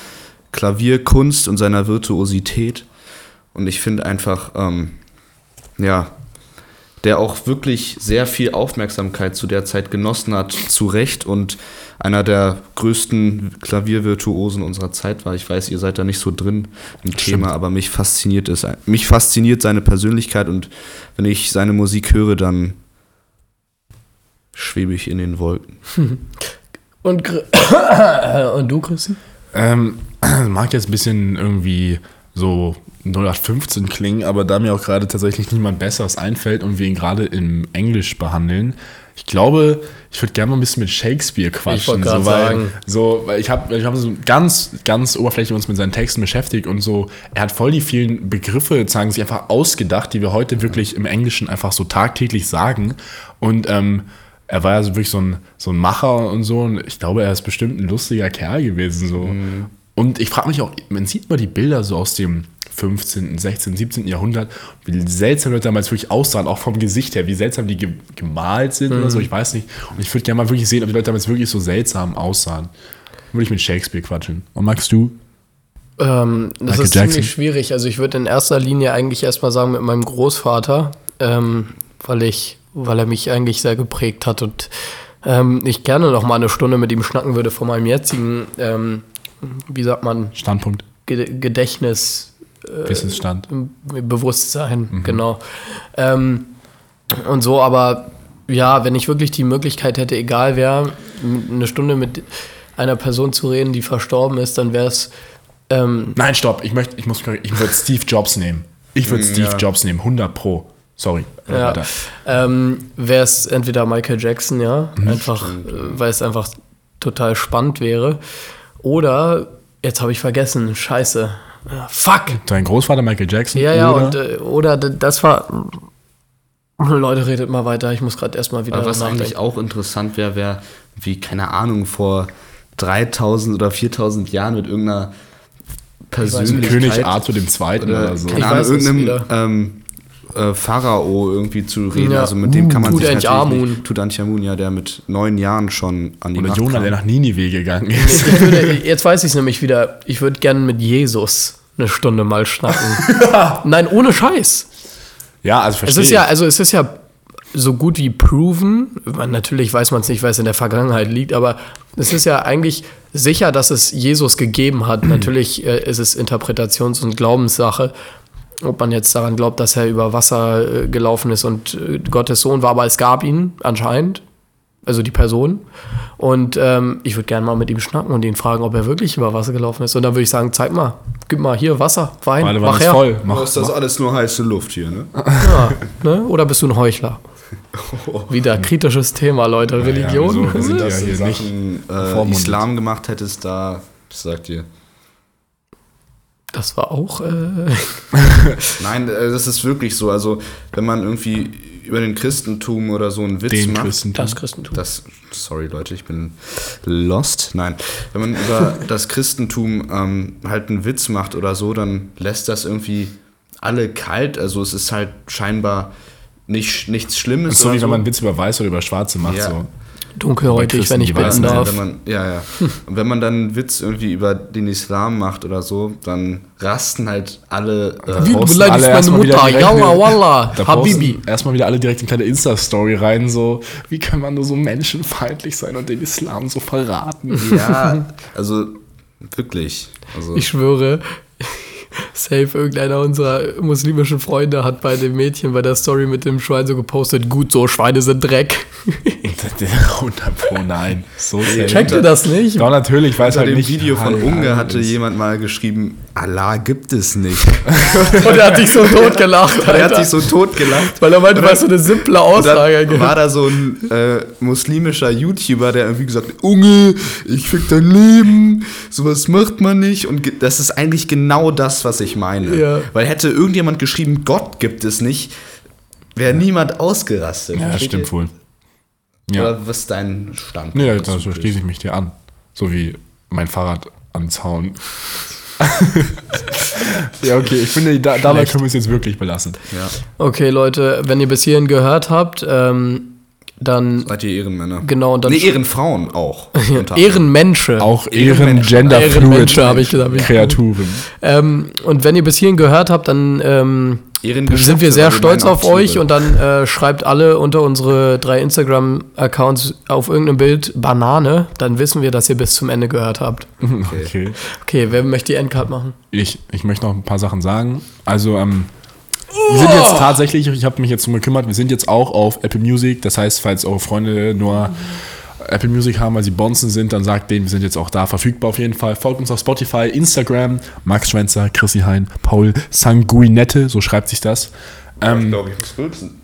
S3: Klavierkunst und seiner Virtuosität. Und ich finde einfach, ähm, ja, der auch wirklich sehr viel Aufmerksamkeit zu der Zeit genossen hat, zu Recht und einer der größten Klaviervirtuosen unserer Zeit war. Ich weiß, ihr seid da nicht so drin im Thema, aber mich fasziniert es. Mich fasziniert seine Persönlichkeit und wenn ich seine Musik höre, dann schwebe ich in den Wolken.
S2: Und, Gr- und du, Christi?
S1: Ähm, mag jetzt ein bisschen irgendwie so 0815 klingen, aber da mir auch gerade tatsächlich niemand Besseres einfällt und wir ihn gerade im Englisch behandeln, ich glaube, ich würde gerne mal ein bisschen mit Shakespeare quatschen.
S2: wollte gerade
S1: so, weil,
S2: sagen.
S1: So, weil ich habe ich hab so ganz, ganz oberflächlich uns mit seinen Texten beschäftigt und so, er hat voll die vielen Begriffe, sagen sich einfach ausgedacht, die wir heute wirklich im Englischen einfach so tagtäglich sagen. Und ähm, er war ja so wirklich so ein, so ein Macher und so. Und ich glaube, er ist bestimmt ein lustiger Kerl gewesen. So. Und ich frage mich auch, man sieht mal die Bilder so aus dem 15., 16., 17. Jahrhundert, wie seltsam Leute damals wirklich aussahen, auch vom Gesicht her, wie seltsam die ge gemalt sind oder
S2: Mhm.
S1: so, ich weiß nicht. Und ich würde gerne mal wirklich sehen, ob die Leute damals wirklich so seltsam aussahen. Würde ich mit Shakespeare quatschen. Und magst du?
S2: Ähm, das
S1: Michael
S2: ist
S1: Jackson.
S2: ziemlich schwierig. Also ich würde in erster Linie eigentlich erstmal sagen mit meinem Großvater, ähm, weil ich, weil er mich eigentlich sehr geprägt hat und ähm, ich gerne noch mal eine Stunde mit ihm schnacken würde von meinem jetzigen, ähm, wie sagt man,
S1: Standpunkt,
S2: Ged- Gedächtnis, Äh,
S1: Wissensstand.
S2: Bewusstsein,
S1: Mhm.
S2: genau. Ähm, und so, aber ja, wenn ich wirklich die Möglichkeit hätte, egal wer, m- eine Stunde mit einer Person zu reden, die verstorben ist, dann wäre es ähm,
S1: Nein, stopp, ich möchte, ich muss, ich würde Steve Jobs nehmen. Ich würde Steve Jobs nehmen, 100 pro. Sorry. Äh,
S2: Mm, Ja.
S1: weiter.
S2: Ähm, wäre es entweder Michael Jackson, ja,
S3: Mhm.
S2: einfach, äh, weil es einfach total spannend wäre. Oder, jetzt habe ich vergessen, scheiße. Ah, Fuck!
S1: Dein Großvater Michael Jackson.
S2: Ja, ja,
S1: oder?
S2: und, äh, oder d- das war. Leute, redet mal weiter, ich muss gerade erstmal wieder
S3: Aber was eigentlich
S2: nachdenken.
S3: auch interessant wäre, wäre, wie, keine Ahnung, vor 3000 oder 4000 Jahren mit irgendeiner Persönlichkeit.
S1: König Arthur dem Zweiten
S3: oder,
S1: oder so.
S3: Äh, Keine
S2: Ich
S3: Ahnung,
S2: weiß es
S3: irgendeinem
S2: wieder.
S3: ähm, äh, Pharao irgendwie zu reden.
S2: Ja.
S3: Also mit dem kann man sich natürlich
S2: Tutanchamun.
S3: nicht- Tutanchamun, ja, der mit neun Jahren schon an die
S1: Oder
S3: Macht
S1: Jonah,
S3: kam.
S1: der nach Ninive gegangen ist.
S2: Ich würde, jetzt weiß ich es nämlich wieder. Ich würde gerne mit Jesus eine Stunde mal schnacken. Nein, ohne Scheiß.
S1: Ja, also
S2: Es
S1: verstehe
S2: ist ja, also es ist ja so gut wie proven. Man, natürlich weiß man es nicht, weil es in der Vergangenheit liegt, aber es ist ja eigentlich sicher, dass es Jesus gegeben hat. Natürlich äh, ist es Interpretations- und Glaubenssache, ob man jetzt daran glaubt, dass er über Wasser äh, gelaufen ist und äh, Gottes Sohn war, aber es gab ihn anscheinend. Also die Person. Und ähm, ich würde gerne mal mit ihm schnacken und ihn fragen, ob er wirklich über Wasser gelaufen ist. Und dann würde ich sagen, zeig mal, gib mal hier Wasser, Wein,
S1: Meine
S2: mach
S1: war
S2: her.
S1: voll. Mach,
S3: Boah, Oh, ist das alles nur heiße Luft hier, ne?
S2: Ja, ne? Oder bist du ein Heuchler? Wieder kritisches Thema, Leute. Religion.
S1: so, wir sind ja
S3: Dass du
S1: hier nicht
S3: Sachen, äh,
S1: bevormundet.
S3: Islam gemacht hättest, da, ich sag dir,
S2: Das war auch. Äh,
S3: Nein, äh, das ist wirklich so. Also, wenn man irgendwie über den Christentum oder so einen Witz
S1: Den
S3: macht.
S1: Christentum.
S2: das Christentum.
S3: Das, sorry Leute, ich bin lost. Nein, wenn man über das Christentum ähm, halt einen Witz macht oder so, dann lässt das irgendwie alle kalt. Also es ist halt scheinbar nicht, nichts Schlimmes.
S1: so
S3: oder
S1: wie wenn man einen Witz über Weiß oder über Schwarze macht.
S3: Ja.
S1: So.
S2: Dunkelhäutig,
S1: Bei Christen,
S2: wenn ich
S1: die
S2: bitten
S1: Weißen,
S3: Ja,
S2: darf.
S3: wenn man, ja, ja.
S1: Hm.
S3: Und wenn man dann einen Witz irgendwie über den Islam macht oder so, dann rasten halt alle.
S2: Wie, du
S3: Äh,
S1: Posten alle
S2: beleidigst meine
S1: erstmal wieder
S2: Mutter.
S1: direkt
S2: Yalla,
S1: eine-
S2: walla.
S1: Da
S2: Habibi.
S1: posten Erstmal wieder alle direkt eine kleine Insta-Story rein, so, wie kann man nur so menschenfeindlich sein und den Islam so verraten?
S3: ja, also wirklich. Also,
S2: Ich schwöre, safe irgendeiner unserer muslimischen Freunde hat bei dem Mädchen bei der Story mit dem Schwein so gepostet, gut so, Schweine sind Dreck.
S1: 100 Pro, nein. So
S2: Checkt ihr das nicht?
S1: Doch, natürlich, weiß
S3: unter
S1: halt
S3: dem
S1: nicht.
S3: Video von
S1: Hallo,
S3: Unge
S1: Hallo,
S3: hatte jemand mal geschrieben, Allah gibt es nicht.
S2: Und er hat sich so tot gelacht,
S3: Er
S2: Alter.
S3: hat sich so tot gelacht.
S2: weil er meinte, war so eine simple
S3: Und
S2: Aussage.
S3: dann war
S2: gell?
S3: da so ein äh, muslimischer YouTuber, der irgendwie gesagt hat,
S4: Unge,
S3: ich fick dein Leben, sowas macht man nicht. Und ge- das ist eigentlich genau das, was ich meine.
S2: Ja.
S3: Weil hätte irgendjemand geschrieben, Gott gibt es nicht, wäre niemand ausgerastet.
S1: Ja,
S3: Versteht
S1: stimmt
S3: ihr?
S1: wohl. Ja.
S3: Oder was ist dein Stand?
S1: Nee, da- da schließe ich mich dir an. So wie mein Fahrrad am Zaun. ja, okay, ich finde, da, dabei können wir es jetzt wirklich belassen.
S2: Okay, Leute, wenn ihr bis hierhin gehört habt, ähm, dann
S3: Seid ihr Ehrenmänner?
S2: Genau, und dann-
S3: nee, Ehrenfrauen auch. unter anderem.
S2: Ehrenmensche.
S1: Auch Ehren,
S3: Ehrenmenschen.
S1: Gender,
S2: Ehrenmenschen,
S1: Fluid,
S2: hab ich gesagt, hab ich-
S1: Kreaturen.
S2: Ähm, und wenn ihr bis hierhin gehört habt, dann ähm,
S3: Ehrengeschöpfe,
S2: sind wir sehr
S3: weil wir
S2: stolz
S3: meinen
S2: auf
S3: auch
S2: euch
S3: Tiere.
S2: und dann äh, schreibt alle unter unsere drei Instagram-Accounts auf irgendeinem Bild Banane, dann wissen wir, dass ihr bis zum Ende gehört habt.
S1: Okay.
S2: Okay, wer möchte die Endcard machen?
S1: Ich, ich möchte noch ein paar Sachen sagen. Also, ähm, wir sind jetzt tatsächlich, ich habe mich jetzt drum gekümmert, wir sind jetzt auch auf Apple Music. Das heißt, falls eure Freunde nur Apple Music haben, weil sie Bonzen sind, dann sagt denen, wir sind jetzt auch da verfügbar auf jeden Fall. Folgt uns auf Spotify, Instagram, Max Schwänzer, Chrissy Hein, Paul Sanguinette, so schreibt sich das.
S3: Ich
S1: Ähm,
S3: glaube, ich muss rülpsen.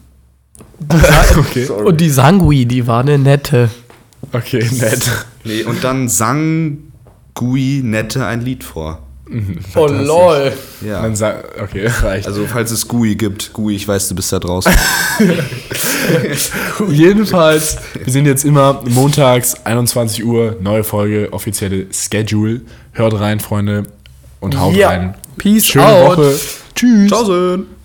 S1: okay,
S2: Und die Sangui, die war eine nette.
S1: okay, nett.
S3: Nee, und dann sang Gui Nette ein Lied vor.
S2: Oh lol.
S3: Ja.
S1: Dann sa- okay, reicht.
S3: Also, falls es GUI gibt, GUI, ich weiß, du bist da draußen.
S1: Jedenfalls, wir sind jetzt immer montags 21 Uhr, neue Folge, offizielle Schedule. Hört rein, Freunde, und haut
S2: Ja.
S1: rein.
S2: Peace
S1: Schöne
S2: out.
S1: Woche. Tschüss.
S3: Tschaußen!